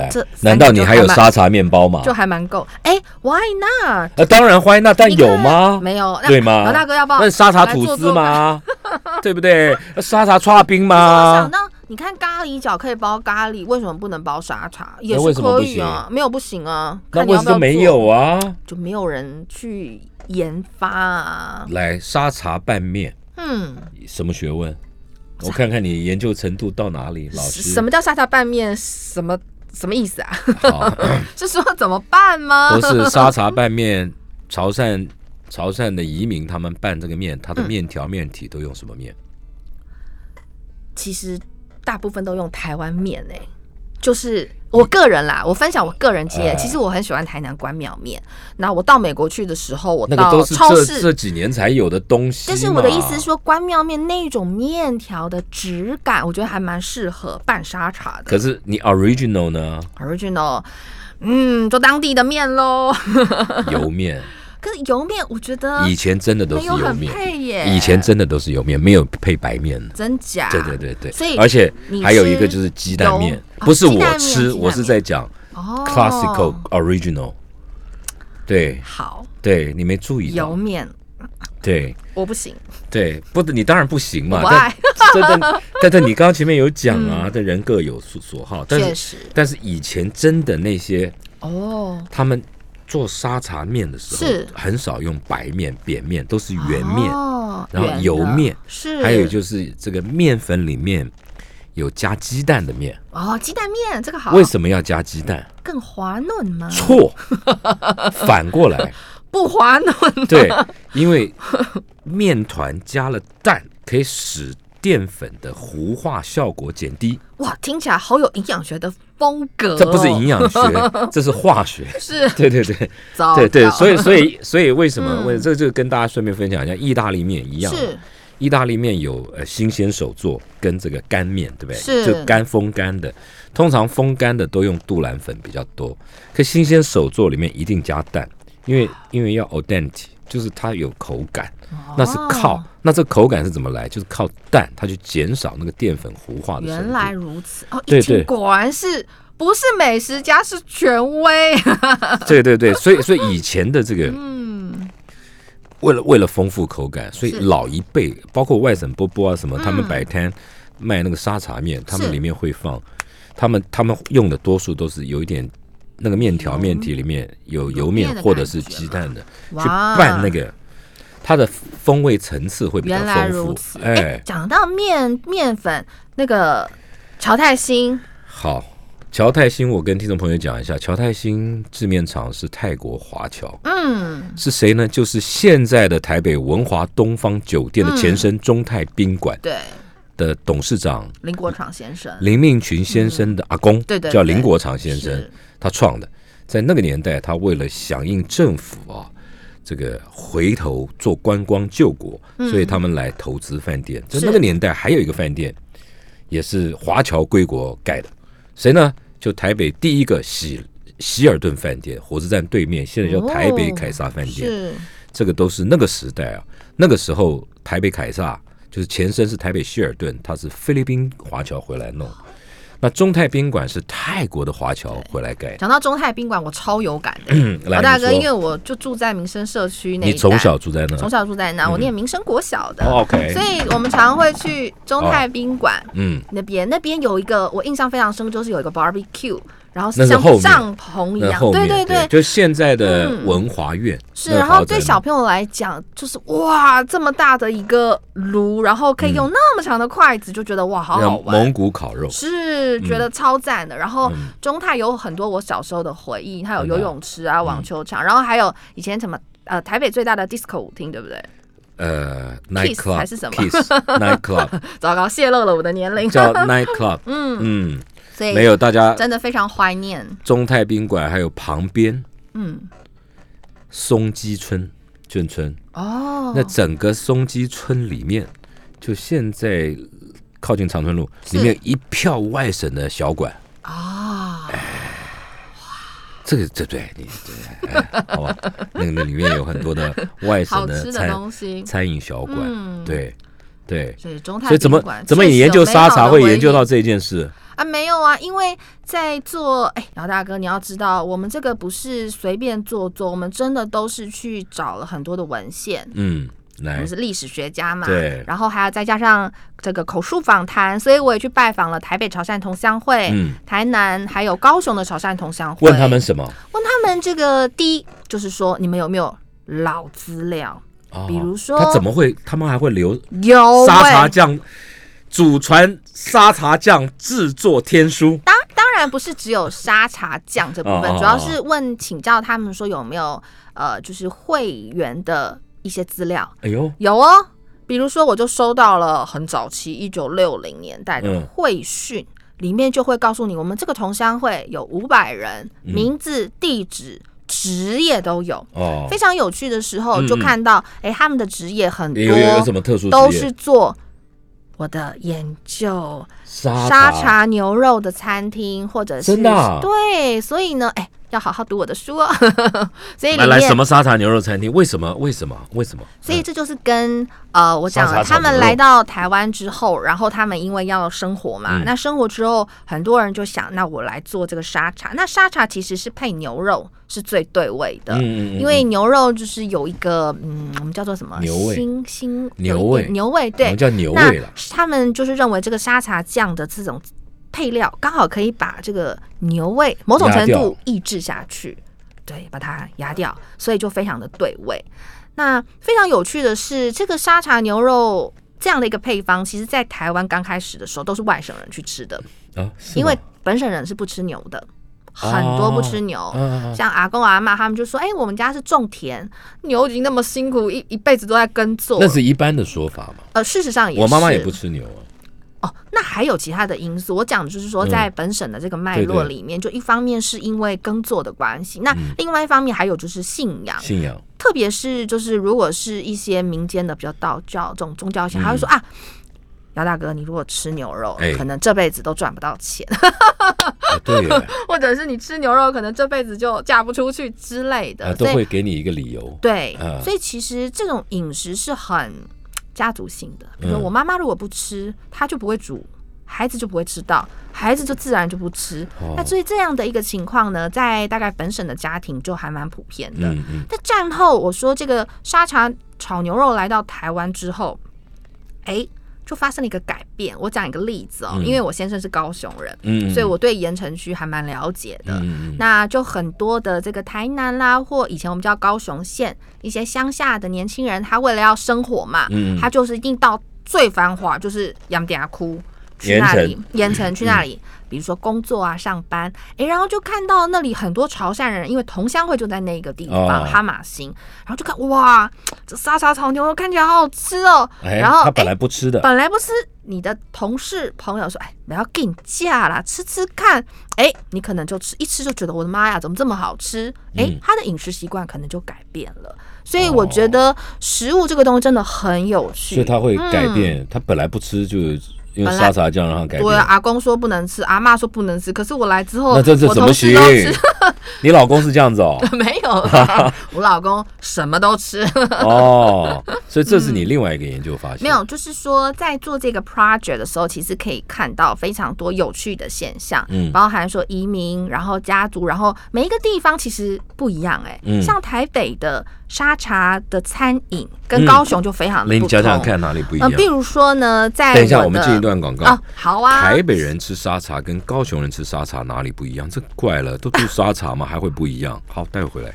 B: 来
C: 啊这三，个
B: 难道你还有
C: 就还蛮
B: 沙茶面包吗？
C: 就还蛮够。哎，Why not？
B: 啊，当然欢迎那，但
C: 你看
B: 有吗？
C: 没有，那
B: 对吗？
C: 老大哥要不要
B: 那沙茶
C: 来
B: 吐
C: 做
B: 司
C: 做
B: 吗？
C: <laughs>
B: 对不对？沙茶刨冰
C: 我
B: 吗
C: 想？到，你看咖喱饺可以包咖喱，为什么不能包沙茶？也
B: 那为
C: 是
B: 什么
C: 可
B: 不
C: 以啊，没有不行啊。
B: 那
C: 看你
B: 为
C: 要
B: 什
C: 不要
B: 么没
C: 做
B: 有？啊？
C: 就没有人去研发啊。
B: 来，沙茶拌面
C: 嗯，
B: 什么学问？我看看你研究程度到哪里，老师。
C: 什么叫沙茶拌面？什么什么意思啊？ <laughs>
B: 好？ <coughs>
C: 是说怎么办吗？
B: 不是沙茶拌面，潮汕潮汕的移民他们拌这个面，它
C: 嗯
B: 的面条面体都用什么面？
C: <laughs> 其实大部分都用台湾面诶、就是我个人啦，我分享我个人经验。
B: 哎
C: 其实我很喜欢台南关庙面。那我到美国去的时候，我
B: 那个
C: 到
B: 都是
C: 超
B: 这
C: 市
B: 这几年才有的东西嘛。
C: 但是我的意思是说，关庙面那一种面条的质感，我觉得还蛮适合拌沙茶的。
B: 可是你 original
C: <laughs>
B: 呢？
C: original，嗯，做当地的面喽。
B: 油面，
C: <laughs> 可是油面，我觉得
B: 以前真的都
C: 呃
B: 是
C: 没有
B: 油
C: 很
B: 面，
C: 配耶。
B: 以前真的都是油面，没有配白面的。
C: 真假？
B: 对对对对，
C: 所以
B: 而且
C: 你
B: 还有
C: 吃
B: 一个就是鸡蛋面
C: 油，哦
B: 不是
C: 鸡蛋
B: 我
C: 面鸡
B: 吃，
C: 蛋
B: 我是
C: 面
B: 在讲
C: 哦
B: classical original。对
C: 好
B: 对，你没注意
C: 油
B: 到，
C: 面
B: 对
C: 我不行，
B: 对，不，你当然不行嘛
C: 我，不
B: 但
C: 爱嗯
B: 但但 <laughs> 但但你刚刚前面有讲啊，但人各有所所好，但
C: 确
B: 是
C: 实
B: 但是以前真的那些
C: 哦，
B: 他们做沙茶面的时
C: 是
B: 候，很少用白面、扁面，都是圆面，
C: 哦
B: 然后
C: 圆的
B: 油面
C: 是，
B: 还有就是这个面粉里面有加鸡蛋的面，
C: 哦鸡蛋面这个好，
B: 为什么要加鸡蛋？
C: 么更滑嫩吗？
B: 错，
C: <laughs>
B: 反过来，
C: 不滑嫩，
B: 对，因为面团加了蛋，可以使淀粉的糊化效果减低。
C: 哇，听起来好有营养学的风格哦。
B: 这不是营
C: <laughs>
B: 养学，这是化学。 <laughs>
C: 是
B: 对对对
C: 糟
B: 对对，
C: 糕
B: 所以所以所以为什么？
C: 嗯
B: 为这就跟大家顺便分享一下，意大利面一样，
C: 是
B: 意大利面有呃新鲜手做跟这个干面，对不对？
C: 是
B: 就干风干的，通常风干的都用杜兰粉比较多，可新鲜手做里面一定加蛋，因为因为要 o d e n t 就是它有口感，
C: 哦
B: 那是靠那这口感是怎么来？就是靠蛋，它去减少那个淀粉糊化的程度。
C: 原来如此哦，
B: 对
C: 一听
B: 对
C: 果然是不是美食家是权
B: <laughs>
C: 威？
B: 对对对，所以所以以前的这个，
C: <laughs> 嗯，
B: 为了为了丰富口感，所以
C: 是
B: 老一辈，包括外省波波啊什么，他们
C: 嗯
B: 摆摊卖那个沙茶面，他
C: 是
B: 们里面会放，他们他们用的多数都是有一点那个面条面体里面有
C: 油
B: 油
C: 面
B: 面
C: 的
B: 或者
C: 感
B: 是
C: 觉
B: 鸡
C: 嘛
B: 蛋的，去
C: 哇
B: 拌那个，它的风味层次会比较
C: 原来
B: 丰
C: 如
B: 富
C: 此。。
B: 哎，
C: 讲到面面粉那个乔泰兴，
B: 好。乔泰兴，我跟听众朋友讲一下，乔泰兴制面厂是泰国华侨，
C: 嗯，
B: 是谁呢？就是现在的台北文华东方酒店的前
C: 嗯
B: 身中泰宾馆
C: 对，
B: 的董事长
C: 林国昌先生，
B: 林命群先生的阿公，
C: 嗯对对对
B: 叫林国长先生
C: 是，
B: 他创的。在那个年代，他为了响应政府啊，这个回头做观光救国，所以他们来投资饭店。在
C: 嗯是
B: 那个年代，还有一个饭店也是华侨归国盖的，谁呢？就台北第一个希希尔顿饭店，火车站对面，现在
C: 哦
B: 叫台北凯撒饭店。
C: 是
B: 这个都是那个时代啊，那个时候台北凯撒就是前身是台北希尔顿，它是菲律宾华侨回来弄。那中泰宾馆是泰国的华侨回来盖的。
C: 讲到中泰宾馆，我超有感的。
B: 嗯来，
C: 嗯老大哥，
B: 你
C: 因为
B: 说，
C: 我就住在民生社区那一带，
B: 你从小住在那，
C: 从小住在那，我念民生国小的，
B: 哦，OK 哦
C: 所以我们常会去中泰宾馆
B: 嗯，
C: 那边，那边有一个我印象非常深，就是有一个 barbecue，然后
B: 那是
C: 像
B: 后面
C: 帐篷一
B: 那
C: 样，
B: 后面
C: 对对对，
B: 就现在的
C: 嗯
B: 文华苑
C: 是，
B: 那个
C: 然后
B: 豪宅
C: 对小朋友来讲，就是哇，这么大的一个炉，然后可以用那么长的筷子，就觉得哇，
B: 嗯
C: 好
B: 那
C: 好玩
B: 蒙。古嗯烤肉，
C: 是觉得超赞的，然后中泰有很多我小时候的回忆，它有
B: 真的
C: 游
B: 啊
C: 泳池啊、网
B: 嗯
C: 球场，然后还有以前什么呃台北最大的 disco 舞厅，对不对？
B: 呃，night club
C: 还是什么
B: kiss night
C: <laughs>
B: club
C: 糟糕，泄露了我的年龄， <laughs>
B: 叫 night club，嗯
C: 所以
B: 嗯，没有大家
C: 真的非常怀念。
B: 中泰宾馆还有旁边
C: 嗯，
B: 松基村眷村，
C: 哦，
B: 那整个松基村里面，就现在靠近长春路，
C: 是
B: 里面有一票外省的小馆
C: 啊，
B: 这个这对你对、哎， <laughs> 好吧？那个那里面有很
C: <laughs>
B: 多的外省
C: 好吃的
B: 餐
C: 东西，
B: 餐饮小馆，
C: 嗯
B: 对对。
C: 所以中泰
B: 所以怎么
C: 宾馆
B: 怎么
C: 确
B: 你
C: 实
B: 研究
C: 有美
B: 沙
C: 好
B: 茶
C: 的
B: 会
C: 回
B: 研究
C: 忆
B: 到这件事？
C: 啊？没有啊，因为在做哎，老大哥，你要知道，我们这个不是随便做做，我们真的都是去找了很多的文献。
B: 嗯，
C: 我
B: 来
C: 们是历史学家嘛，
B: 对
C: 然后还要再加上这个口述访谈，所以我也去拜访了台北潮汕同乡会、
B: 嗯
C: 台南还有高雄的潮汕同乡会，
B: 问他们什么？
C: 问他们这个第一就是说，你们有没有老资料？
B: 哦
C: 比如说
B: 他怎么会？他们还会留
C: 有
B: 沙
C: 哦喂
B: 茶酱，祖传沙茶酱制作天书。
C: 当当然不是只有沙茶酱这部分，
B: 哦哦哦
C: 主要是问请教他们说有没有呃，就是会员的一些资料。
B: 哎呦，
C: 有哦，比如说我就收到了很早期一九六零年代的
B: 嗯
C: 会讯，里面就会告诉你，我们这个同乡会有五百人，
B: 嗯
C: 名字、地址、职业都有。
B: 哦
C: 非，常有趣的时候，
B: 嗯
C: 就看到哎、他们的职业很多，
B: 有有有什么特殊职业？
C: 都是做我的研究，
B: 沙
C: 沙茶牛肉的餐厅，或者是
B: 真的啊
C: 对，所以呢，哎，要好好读我的书哦。 <laughs> 所以里
B: 来来
C: 面，
B: 什么沙茶牛肉餐厅？为什么？为什么？为什么？
C: 所以这就是跟呃，我讲
B: 沙茶
C: 了，
B: 炒
C: 他们
B: 牛肉
C: 来到台湾之后，然后他们因为要生活嘛，
B: 嗯
C: 那生活之后，很多人就想，那我来做这个沙茶。那沙茶其实是配牛肉是最对味的。
B: 嗯嗯嗯，
C: 因为牛肉就是有一个，嗯，我们叫做什么？
B: 牛味
C: 腥腥
B: 牛
C: 有一点
B: 味
C: 牛味，
B: 我
C: 对
B: 们，叫牛
C: 那
B: 味了。
C: 他们就是认为这个沙茶酱的这种配料，刚好可以把这个牛味某种程
B: 压
C: 度
B: 掉
C: 抑制下去，对，把它压掉，所以就非常的对味。那非常有趣的是，这个沙茶牛肉这样的一个配方，其实在台湾刚开始的时候都是外省人去吃的，
B: 啊，是吗
C: 因为本省人是不吃牛的，很多不吃牛。
B: 啊啊啊
C: 哦像阿公阿妈他们就说：“哎、我们家是种田，牛已经那么辛苦，一一辈子都在耕作。
B: 那”是一般的说法嘛。
C: 呃，事实上也是，
B: 我妈妈也不吃牛啊。
C: 哦，那还有其他的因素。我讲的就是说，在本省的这个脉
B: 嗯对
C: 络
B: 对嗯
C: 里面，就一方面是因为耕作的关系，那另外一方面还有就是信仰。
B: 信仰
C: 特别是就是如果是一些民间的比较道教这种宗教信仰，他会说啊，姚大哥，你如果吃牛肉
B: 嗯哎，
C: 可能这辈子都赚不到钱， <laughs>
B: 哎对耶，
C: 或者是你吃牛肉，可能这辈子就嫁不出去之类的，
B: 啊，都
C: 所以
B: 会给你一个理由。
C: 对，
B: 嗯
C: 所以其实这种饮食是很家族性的。比如说
B: 嗯
C: 我妈妈如果不吃，她就不会煮，孩子就不会吃到，孩子就自然就不吃。
B: 哦
C: 那所以这样的一个情况呢，在大概本省的家庭就还蛮普遍的。
B: 嗯嗯，
C: 在战后，我说这个沙茶炒牛肉来到台湾之后，哎，就发生了一个改变。我讲一个例子哦，
B: 嗯
C: 因为我先生是高雄人，
B: 嗯
C: 所以我对盐城区还蛮了解的。
B: 嗯嗯
C: 那就很多的这个台南啦，或以前我们叫高雄县一些乡下的年轻人，他为了要生活嘛，
B: 嗯
C: 他就是一定到最繁华，就是杨嗲窟去那里，盐城去那里，
B: 嗯
C: 比如说工作啊、上班，诶，然后就看到那里很多潮汕人，因为同乡会就在那个地方、
B: 哦
C: 哈马星，然后就看哇，这沙茶炒牛肉看起来好好吃哦，
B: 哎，
C: 然后嗯
B: 他本
C: 诶
B: 来不吃的，
C: 本来不吃，你的同事朋友说，哎，不要给你嫁啦，吃吃看。哎，你可能就吃一吃就觉得我的妈呀，怎么这么好吃？哎，
B: 嗯哦
C: 他的饮食习惯可能就改变了。所以我觉得食物这个东西真的很有趣。
B: 所以他会改变，他本来不吃，就用
C: 本来
B: 沙茶酱让他改变。
C: 对，阿公说不能吃，阿妈说不能吃，可是我来之后，
B: 那这这
C: 哦我
B: 怎
C: 同
B: 么
C: 事
B: 行
C: 都吃，？
B: <laughs> 你老公是这样子
C: <laughs>
B: 哦，
C: 没有啦，我老公什么都吃。
B: 哦，所以这是你另外一个研究发现。
C: 嗯没有，就是说在做这个 project 的时候，其实可以看到非常多有趣的现象，
B: 嗯
C: 包含说移民，然后家族，然后每一个地方其实不一样、哎、
B: 嗯
C: 像台北的沙茶的餐饮跟
B: 嗯
C: 高雄就非常
B: 那
C: 的
B: 你
C: 不同。
B: 讲讲看哪里不一
C: 呃
B: 样？
C: 比如说呢，在
B: 等一下，我
C: 的
B: 们进一段广告
C: 哦。，好啊，
B: 台北人吃沙茶跟高雄人吃沙茶哪里不一样？这怪了，都住沙茶嘛，还会不一样？ <laughs> 好，待会回来。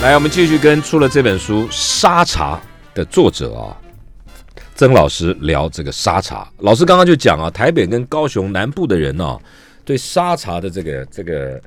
B: 来，我们继续跟出了这本书《沙茶》的作者啊、曾老师聊这个沙茶。老师刚刚就讲啊，台北跟高雄南部的人呢、对沙茶的这个这个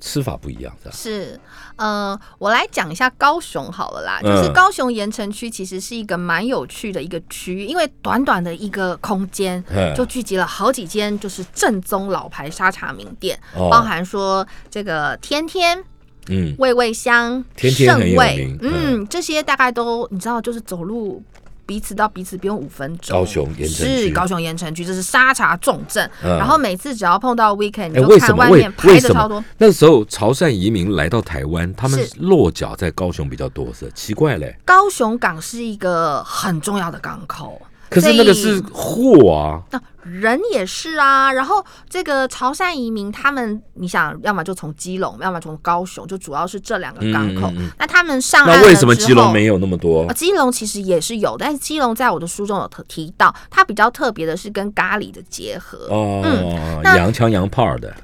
B: 吃法不一样，是吧？
C: 是，呃，我来讲一下高雄好了啦。就是
B: 嗯
C: 高雄盐城区其实是一个蛮有趣的一个区域，因为短短的一个空间
B: 嗯
C: 就聚集了好几间就是正宗老牌沙茶名店，
B: 哦
C: 包含说这个天天、
B: 嗯，
C: 味味香、
B: 天天
C: 盛
B: 很有
C: 味
B: 名，
C: 嗯，这些大概都你知道，就是走路。彼此到彼此不用五分钟。
B: 高雄盐城
C: 是
B: 区
C: 高雄盐城区，这是沙茶重镇。
B: 嗯
C: 然后每次只要碰到 weekend，你
B: 哎，
C: 就
B: 为什
C: 看
B: 么
C: 外
B: 为
C: 面排
B: 为
C: 的
B: 什
C: 超
B: 么
C: 多。
B: 那时候潮汕移民来到台湾，他们
C: 是
B: 落脚在高雄比较多，是奇怪嘞。
C: 高雄港是一个很重要的港口，
B: 可是那个是
C: 所
B: 货啊，
C: 那人也是啊。然后这个潮汕移民，他们你想要么就从基隆，要么从高雄，就主要是这两个港口。
B: 嗯嗯嗯
C: 那他们上岸
B: 那为什么基隆没
C: 有？
B: 有那么多
C: 啊，？基隆其实也是有，但是基隆在我的书中有特提到，它比较特别的是跟咖喱的结合。
B: 哦，
C: 嗯那
B: 洋枪洋炮的，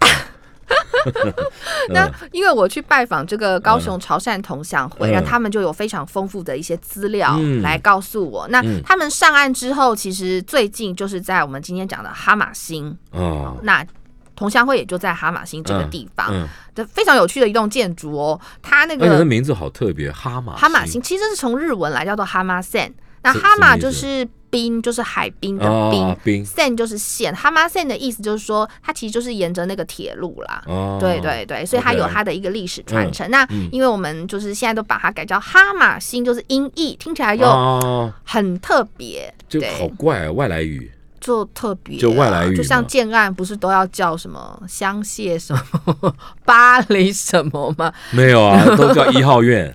C: 那因为我去拜访这个高雄潮汕同乡会，
B: 嗯
C: 那他们就有非常丰富的一些资料
B: 嗯
C: 来告诉我。那他们上岸之后，其实最近就是在我们今天讲的哈马星，
B: 哦，
C: 那同乡会也就在哈马星这个地方，
B: 嗯，
C: 这非常有趣的一栋建筑哦。它那
B: 而且那
C: 个
B: 名字好特别，哈马
C: 哈马星其实是从日文来叫做哈马线，那
B: 是
C: 哈马
B: 什么
C: 就
B: 意思
C: 是冰，就是海滨的冰。
B: 啊，冰
C: Sen 就是线，哈马线的意思就是说，它其实就是沿着那个铁路啦。
B: 哦，
C: 对对对，所以它
B: OK 嗯
C: 有它的一个历史传承。那因为我们就是现在都把它改叫哈马星，就是音译，听起来又
B: 哦，
C: 很特别，
B: 就
C: 对
B: 好怪啊外来语，
C: 就特别啊，
B: 就外来语
C: 就
B: 嘛
C: 像建案不是都要叫什么香榭什么巴黎什么
B: <laughs>
C: 吗？
B: 没有啊，都叫一号
C: <laughs>
B: 院。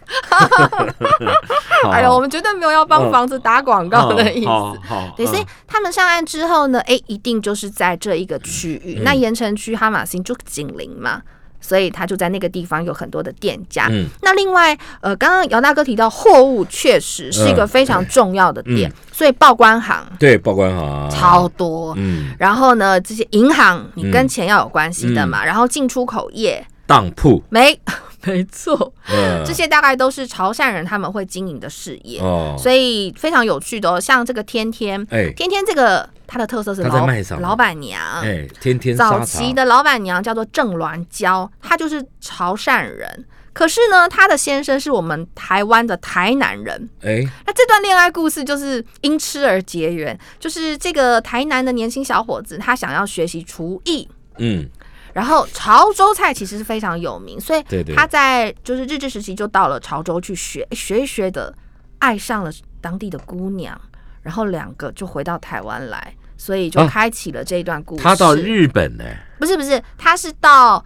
B: 好
C: 哎呦，我，们绝对没有要帮
B: 嗯
C: 房子打广告 <laughs>
B: 啊
C: 的意思。
A: 好好，
C: 对，所以他们上岸之后呢，哎，一定就是在这一个区域。
B: 嗯
C: 那盐城区哈马星就紧邻嘛，所以他就在那个地方有很多的店家。
B: 嗯
C: 那另外，呃，刚刚姚大哥提到货物确实是一个非常重要的点，
B: 嗯
C: 所以报关行
B: 对，报关行
C: 超，多。
B: 嗯，
C: 然后呢，这些银行你
B: 嗯
C: 跟钱要有关系的嘛，然后进出口业
B: 当铺，
C: 没 <laughs> 没错，
B: 嗯，
C: 这些大概都是潮汕人他们会经营的事业。
B: 哦，
C: 所以非常有趣的哦，像这个天天，
B: 哎
C: 天天这个它的特色是
B: 它在
C: 老
B: 卖什么
C: 老板娘，
B: 哎，天天沙茶
C: 嗯早期的老板娘叫做郑鸾娇，她就是潮汕人。可是呢，她的先生是我们台湾的台南人。
B: 哎，
C: 那这段恋爱故事就是因吃而结缘，就是这个台南的年轻小伙子，他想要学习厨艺，
B: 嗯，
C: 然后潮州菜其实是非常有名，所以
B: 对对
C: 他在就是日治时期就到了潮州去学学一学的，爱上了当地的姑娘，然后两个就回到台湾来，所以就
B: 啊
C: 开启了这一段故事。
B: 他到日本呢、
C: 不是不是，他是到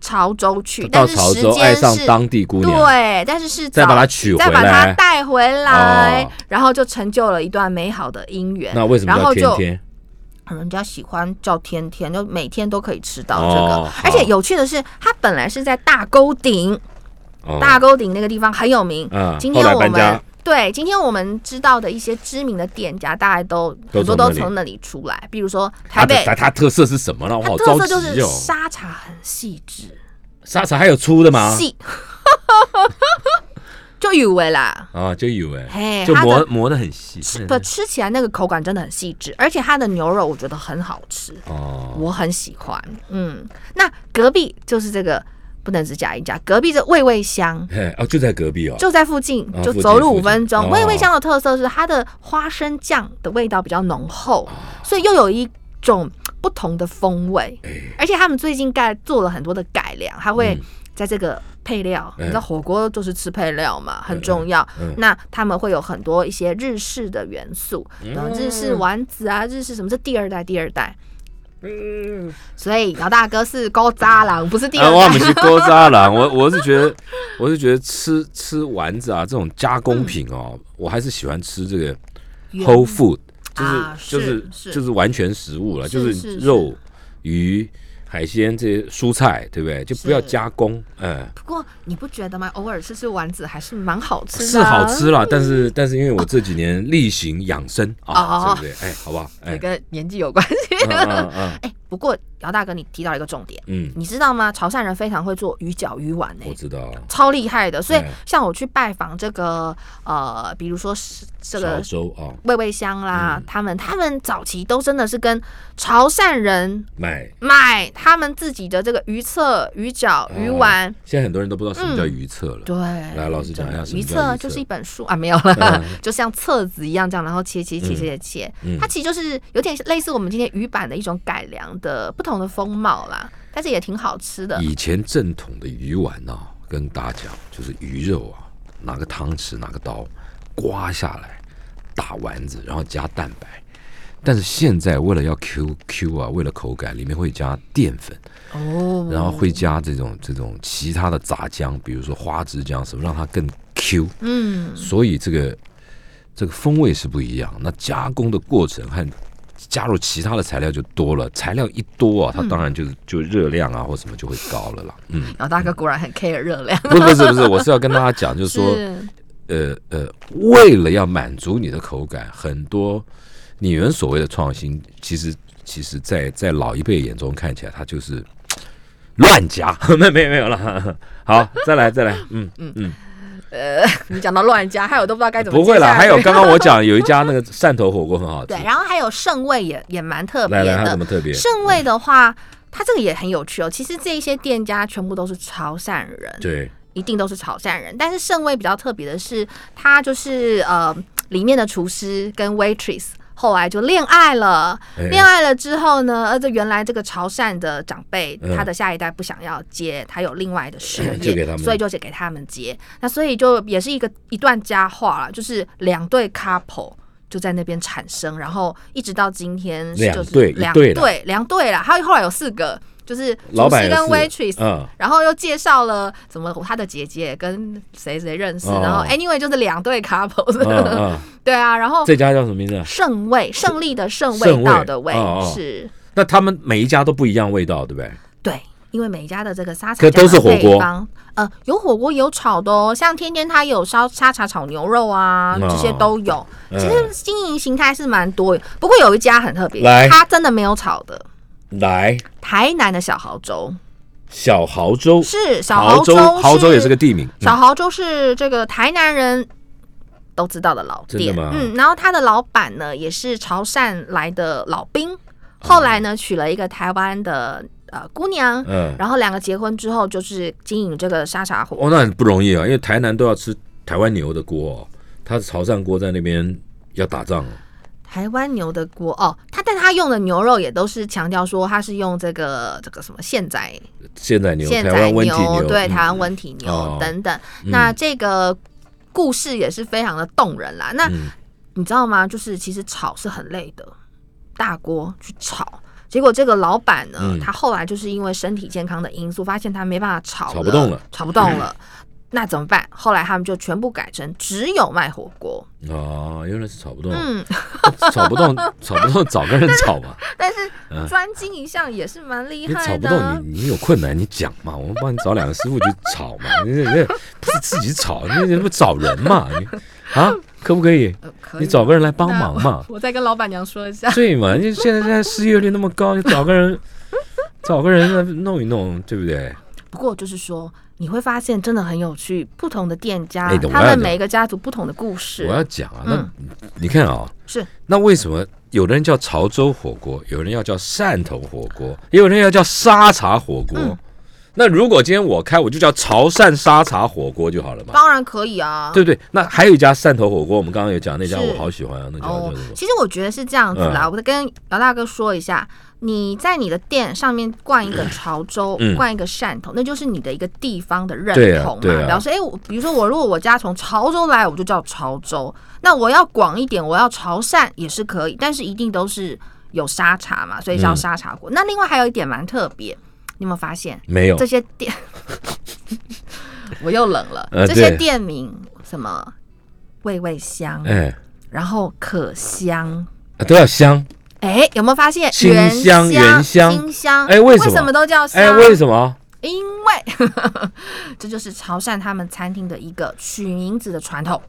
C: 潮州去，
B: 到
C: 但是
B: 潮
C: 时
B: 州爱
C: 间
B: 上
C: 是
B: 当地姑娘，
C: 对，但是是
B: 再
C: 早
B: 把她娶
C: 再
B: 回
C: 把他
B: 来。
C: 带回来，
B: 哦
C: 然后就成就了一段美好的姻缘。
B: 那为什么
C: 然
B: 叫
C: 后
B: 天
C: 就
B: 天？
C: 人家喜欢叫天天，就每天都可以吃到
B: 哦
C: 这个。
B: 好
C: 而且有趣的是，它本来是在大沟顶，
B: 哦
C: 大沟顶那个地方很有名。
B: 嗯
C: 今
B: 后
C: 天
B: 来
C: 我
B: 搬
C: 们
B: 家
C: 对今天我们知道的一些知名的店家，大概都
B: 都
C: 很
B: 从那
C: 多都
B: 里
C: 从那里出来，比如说台
B: 它
C: 北
B: 的。它它特色是什么呢？我
C: 它
B: 好
C: 特
B: 着
C: 色就是
B: 急哦。
C: 沙茶很细致，
B: 沙茶还有粗的吗？
C: 细， <laughs> 就以为啦，
B: 啊，就以为
C: 嘿，
B: 就
C: 它的
B: 磨磨的很细。
C: 吃不吃起来那个口感真的很细致，而且它的牛肉我觉得很好吃，
B: 哦，
C: 我很喜欢。嗯，那隔壁就是这个不能只讲一家，隔壁这味味香
B: 嘿，哦，就在隔壁哦。
C: 就在附近
B: 啊，附
C: 就
B: 近
C: 走路
B: 附
C: 五
B: 近
C: 分钟。
B: 哦
C: 味味香的特色是它的花生酱的味道比较浓
B: 哦
C: 厚，所以又有一种不同的风味。而且他们最近盖做了很多的改良，还会
B: 哎嗯
C: 在这个配料，
B: 哎
C: 你知道火锅就是吃配料嘛，很重要
B: 嗯嗯。
C: 那他们会有很多一些日式的元素，
B: 嗯
C: 然后日式丸子啊，日式什么是第二代，第二代。所以姚大哥是高渣郎，不是第二
B: 嗯啊，我
C: 代。
B: 们是锅渣
C: <laughs>
B: 郎，我我是觉得，我是觉得吃吃丸子啊这种加工品哦，我还是喜欢吃这个 whole food，就是、
C: 啊
B: 就是是
C: 是
B: 就是完全食物了，
C: 是
B: 就是
C: 是
B: 肉、鱼、海鲜这些蔬菜，对不对？就不要加工，嗯，
C: 不过你不觉得吗？偶尔吃吃丸子还是蛮好吃的、嗯
B: 是好。吃啦，但是但是因为我这几年例行养生啊，
C: 哦
B: 对不对？哎，好不好？
C: 也
B: 哎，
C: 跟年纪有关 <laughs> 系。
B: 嗯嗯嗯
C: 哎，不过姚大哥，你提到一个重点，
B: 嗯，
C: 你知道吗？潮汕人非常会做鱼饺、鱼丸呢、哎
B: 我知道，
C: 超厉害的。所以
B: 嗯
C: 像我去拜访这个呃，比如说是这
B: 潮嗯
C: 个
B: 州啊，
C: 味味香啦，他们他们早期都真的是跟潮汕人
B: 买。
C: 买他们自己的这个鱼册、鱼饺、鱼丸。
B: 现在很多人都不知道什么叫鱼册了，
C: 嗯对，
B: 哦来老师讲一下什么
C: 鱼
B: 叫鱼册哎
C: 册就是一本书啊，没有了，就像册子一样这样，然后切切切切切，
B: 嗯
C: 它其实就是有点类似我们今天鱼板的一种改良的不同的风貌啦，但是也挺好吃的。
B: 以前正统的鱼丸呢、跟大家讲，就是鱼肉啊，拿个汤匙，拿个刀刮下来，打丸子，然后加蛋白。但是现在为了要 Q Q 啊，为了口感，里面会加淀粉，
C: 哦，
B: 然后会加这种这种其他的杂酱，比如说花枝酱什么，让它更 Q。
C: 嗯，
B: 所以这个这个风味是不一样。那加工的过程和加入其他的材料就多了，材料一多啊，它
C: 嗯
B: 当然就是就热量啊或什么就会高了啦。嗯，
C: 然后大哥果然很 care 热 <laughs> 量，
B: 不不是不是，我是要跟大家讲，就是说，
C: 是
B: 呃呃，为了要满足你的口感，很多你们所谓的创新，其实其实在在老一辈眼中看起来，它就是乱
C: <laughs>
B: 加，没没没有了。 <laughs> 好，再来再来，嗯，
C: 你讲到乱加，害我都不知道该怎么
B: 不会
C: 接下
B: 啦。
C: 来
B: 还有刚刚我讲有一家那个汕头火锅很好吃
C: 对，，然后还有圣味也也蛮特别
B: 来来，它
C: 的
B: 怎么，特别？
C: 圣味的话。它这个也很有趣哦，其实这一些店家全部都是潮汕人，
B: 对，
C: 一定都是潮汕人。但是盛威比较特别的是，他就是呃里面的厨师跟 waitress。后来就恋爱了，
B: 哎
C: 恋爱了之后呢，呃，这原来这个潮汕的长辈，
B: 嗯
C: 他的下一代不想要接，他有另外的事
B: 就给他
C: 业，
B: 们
C: 所以就给他们接。那所以就也是一个一段佳话了，就是两对 couple 就在那边产生，然后一直到今天
B: 两
C: 就是
B: 对
C: 两
B: 一对啦
C: 对两对了，还有后来有四个，就是
B: 老
C: 厨
B: 板
C: 师
B: 也
C: 跟
B: 是
C: waitress，
B: 嗯，
C: 然后又介绍了怎么他的姐姐跟谁谁认识，
B: 哦
C: 然后 anyway 就是两对 couple，、
B: 嗯嗯，
C: <laughs> 对啊，然后
B: 这家叫什么
C: <laughs>
B: 名字啊？
C: 胜味胜利的胜
B: 胜
C: 味
B: 味
C: 道的味
B: 哦哦
C: 是，
B: 那他们每一家都不一样味道，对不对？
C: 对，因为每一家的这个沙茶
B: 可都是火锅
C: 配方，呃，有火锅有炒的哦，像天天他有烧沙茶炒牛肉啊，
B: 哦
C: 这些都有，
B: 嗯
C: 其实经营形态是蛮多，不过有一家很特别
B: 来，
C: 他真的没有炒的，
B: 来，
C: 台南的小豪粥
B: 小濠州，
C: 是小
B: 濠
C: 豪
B: 州，濠州也是
C: 个。
B: 个地名。
C: 小豪州是这个台南人都知道的老店
B: 真的，吗
C: 嗯，然后他的老板呢也是潮汕来的老兵，后来呢娶了一个台湾的呃姑娘，
B: 嗯，
C: 然后两个结婚之后就是经营这个沙茶火
B: 哦，那很不容易啊，因为台南都要吃台湾牛的锅、哦，它是潮汕锅在那边要打仗、哦。
C: 台湾牛的锅哦，它但他用的牛肉也都是强调说他是用这个这个什么现宰
B: 现宰牛、
C: 现
B: 台
C: 宰
B: 湾温体牛，
C: 对
B: 嗯
C: 台湾温体
B: 哦
C: 牛等等。那这个故事也是非常的动人啦。那
B: 嗯
C: 你知道吗？就是其实炒是很累的，大锅去炒。结果这个老板呢，
B: 嗯
C: 他后来就是因为身体健康的因素，发现他没办法炒
B: 炒不动了，嗯
C: 炒不动了。那怎么办？后来他们就全部改成只有卖火锅。
B: 哦，原来是炒不动，
C: 嗯，
B: <laughs> 炒不动，炒不动，找个人炒
C: <laughs>
B: 吧。
C: 但是
B: <laughs> 嗯
C: 专精一项也是蛮厉
B: 你
C: 害
B: 炒不
C: 的
B: 动
C: 啊、，
B: 你你有困难你讲嘛，我们帮你找两个师傅去炒
C: <laughs>
B: 嘛。你这不是自己炒，那你不找人嘛？你啊，可不可以？
C: 呃可以
B: 你找个人来帮
C: 那
B: 忙嘛。
C: <laughs> 我再跟老板娘说一下。
B: 对嘛？你现在现在失业率那么高，你找个人，找个人来弄一弄，对不对？
C: <laughs> 不过就是说，你会发现真的很有趣，不同的店家，
B: 哎等我
C: 他
B: 要
C: 们
B: 讲
C: 每一个家族不同的故事
B: 我。要讲啊，那你看啊，
C: 嗯是
B: 那为什么有的人叫潮州火锅，有人要叫汕头火锅，也有人要叫沙茶火锅？
C: 嗯
B: 那如果今天我开，我就叫潮汕沙茶火锅就好了嘛，
C: 当然可以啊。
B: 对不对？那还有一家汕头火锅，我们刚刚有讲那家，
C: 是
B: 我好喜欢啊，那家
C: 哦
B: 叫什么，？
C: 其实我觉得是这样子啦，
B: 嗯
C: 我跟姚大哥说一下，你在你的店上面灌一个潮州，
B: 嗯
C: 灌一个汕头，那就是你的一个地方的认
B: 对啊
C: 同嘛。
B: 对啊
C: 表示哎，我比如说我如果我家从潮州来，我就叫潮州；那我要广一点，我要潮汕也是可以，但是一定都是有沙茶嘛，所以叫
B: 嗯
C: 沙茶锅。那另外还有一点蛮特别，你有没有发现？
B: 没有
C: 这，些店， <laughs> 我又冷了。
B: 呃
C: 这些
B: 对
C: 店名什么味味香，
B: 哎，
C: 然后可香，
B: 啊都要香，
C: 哎，有没有发现
B: 清
C: 原
B: 香原香
C: 清香？
B: 哎为
C: 为
B: 什么
C: 都叫香？
B: 哎，为什么？
C: 因为 <laughs> 这就是潮汕他们餐厅的一个取名字的传统，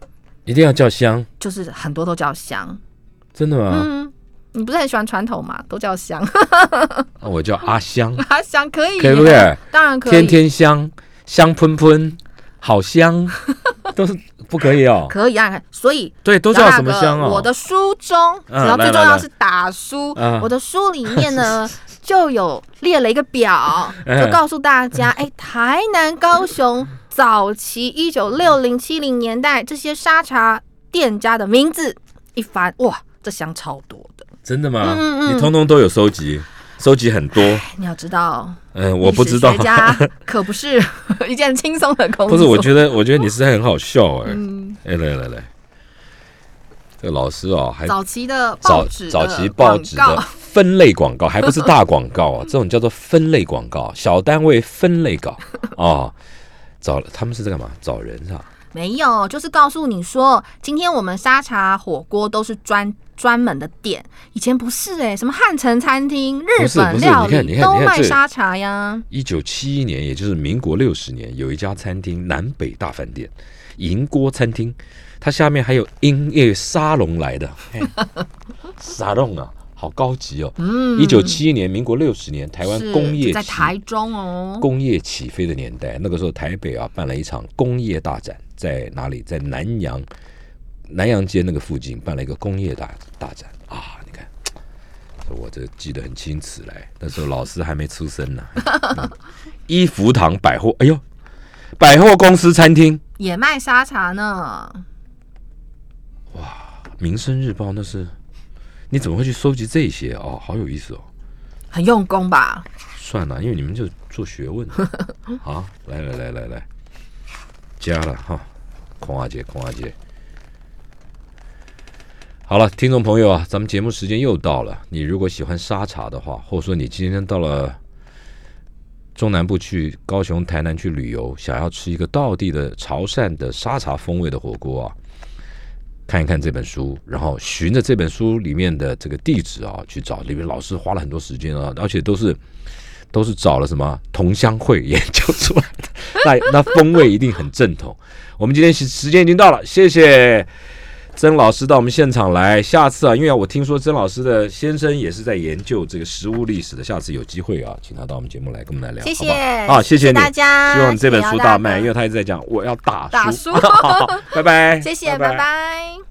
B: 一定要叫香？
C: 就是很多都叫香。
B: 真的吗？
C: 嗯，你不是很喜欢传统吗？都叫香， <laughs>
B: 那哦我叫阿香，
C: 啊，香可以，
B: 可以不可以？
C: 当然 <laughs> 可以，
B: 天天香，香喷喷，好
C: <laughs>
B: 香，都是不可以哦。
C: 可以啊。所以
B: 对，都叫什么香啊？
C: 我的书中，
B: 嗯
C: 然后最
B: 来
C: 重
B: 来
C: 要
B: 来
C: 是打书。
B: 嗯
C: 我的书里
B: <laughs>
C: 面呢，就有列了一个表，
B: 哎
C: 就告诉大家，哎，台南、高雄早期一九六零、七零年代这些沙茶店家的名字，一翻，哇，这香超多的。
B: 真的吗？
C: 嗯嗯嗯
B: 你通通都有收集，收集很多。
C: 哎你要知道，
B: 嗯，我不知
C: 历
B: 道
C: 史学，家可不是 <laughs> 一件轻松的工作。
B: <laughs> 不是，我觉得，我觉得你实在很好笑哎、
C: 嗯，
B: 哎、来来来，这个老师哦，还
C: 早期的
B: 早
C: 报纸的
B: 早期报纸
C: 广
B: 的
C: 告
B: 分类广告，还不是大广告
C: <laughs>
B: 啊，这种叫做分类广告，小单位分类稿哦。找他们是在干嘛？找人是吧？
C: 没有，就是告诉你说，今天我们沙茶火锅都是专专门的店，以前不是哎、什么汉城餐厅、
B: 不
C: 日
B: 是不
C: 本
B: 是
C: 料
B: 你看你
C: 理
B: 看
C: 都
B: 你看
C: 卖
B: 这
C: 沙茶呀。
B: 一九七一年，也就是民国六十年，有一家餐厅南北大饭店银锅餐厅，它下面还有音乐沙龙来的，嘿 <laughs> 沙龙啊，好高级哦。
C: 嗯，
B: 一九七一年，民国六十年，台湾
C: 是
B: 工业
C: 就在
B: 起
C: 台中哦，
B: 工业起飞的年代，那个时候台北啊办了一场工业大展，在哪里？在南洋南洋街那个附近办了一个工业大大展啊！你看，我这记得很清楚来，那时候老师还没出生呢。嗯一福堂百货，哎呦，百货公司餐厅，
C: 也卖沙茶呢。
B: 《民生日报》那是，你怎么会去收集这些哦？好有意思哦！
C: 很用功吧？
B: 算了，因为你们就做学问的。好，来来来来来，加了哈，孔阿姐，孔阿姐。好了，听众朋友啊，咱们节目时间又到了。你如果喜欢沙茶的话，或者说你今天到了中南部去高雄、台南去旅游，想要吃一个道地的潮汕的沙茶风味的火锅啊，看一看这本书，然后循着这本书里面的这个地址啊去找。里面老师花了很多时间啊，而且都是都是找了什么同乡会研究出来 <laughs> 的，那那风味一定很正统。我们今天时时间已经到了，谢谢曾老师到我们现场来。下次啊，因为我听说曾老师的先生也是在研究这个食物历史的，下次有机会啊，请他到我们节目来跟我们来聊，
C: 谢谢
B: 好不好？啊，谢
C: 谢谢
B: 你，
C: 大家
B: 希望这本
C: 谢谢
B: 书
C: 姚
B: 大
C: 大
B: 卖，
C: 哥
B: <laughs> 因为他一直在讲我要打
C: 打
B: 书，
C: 书
B: 好拜拜，
C: 谢谢，拜拜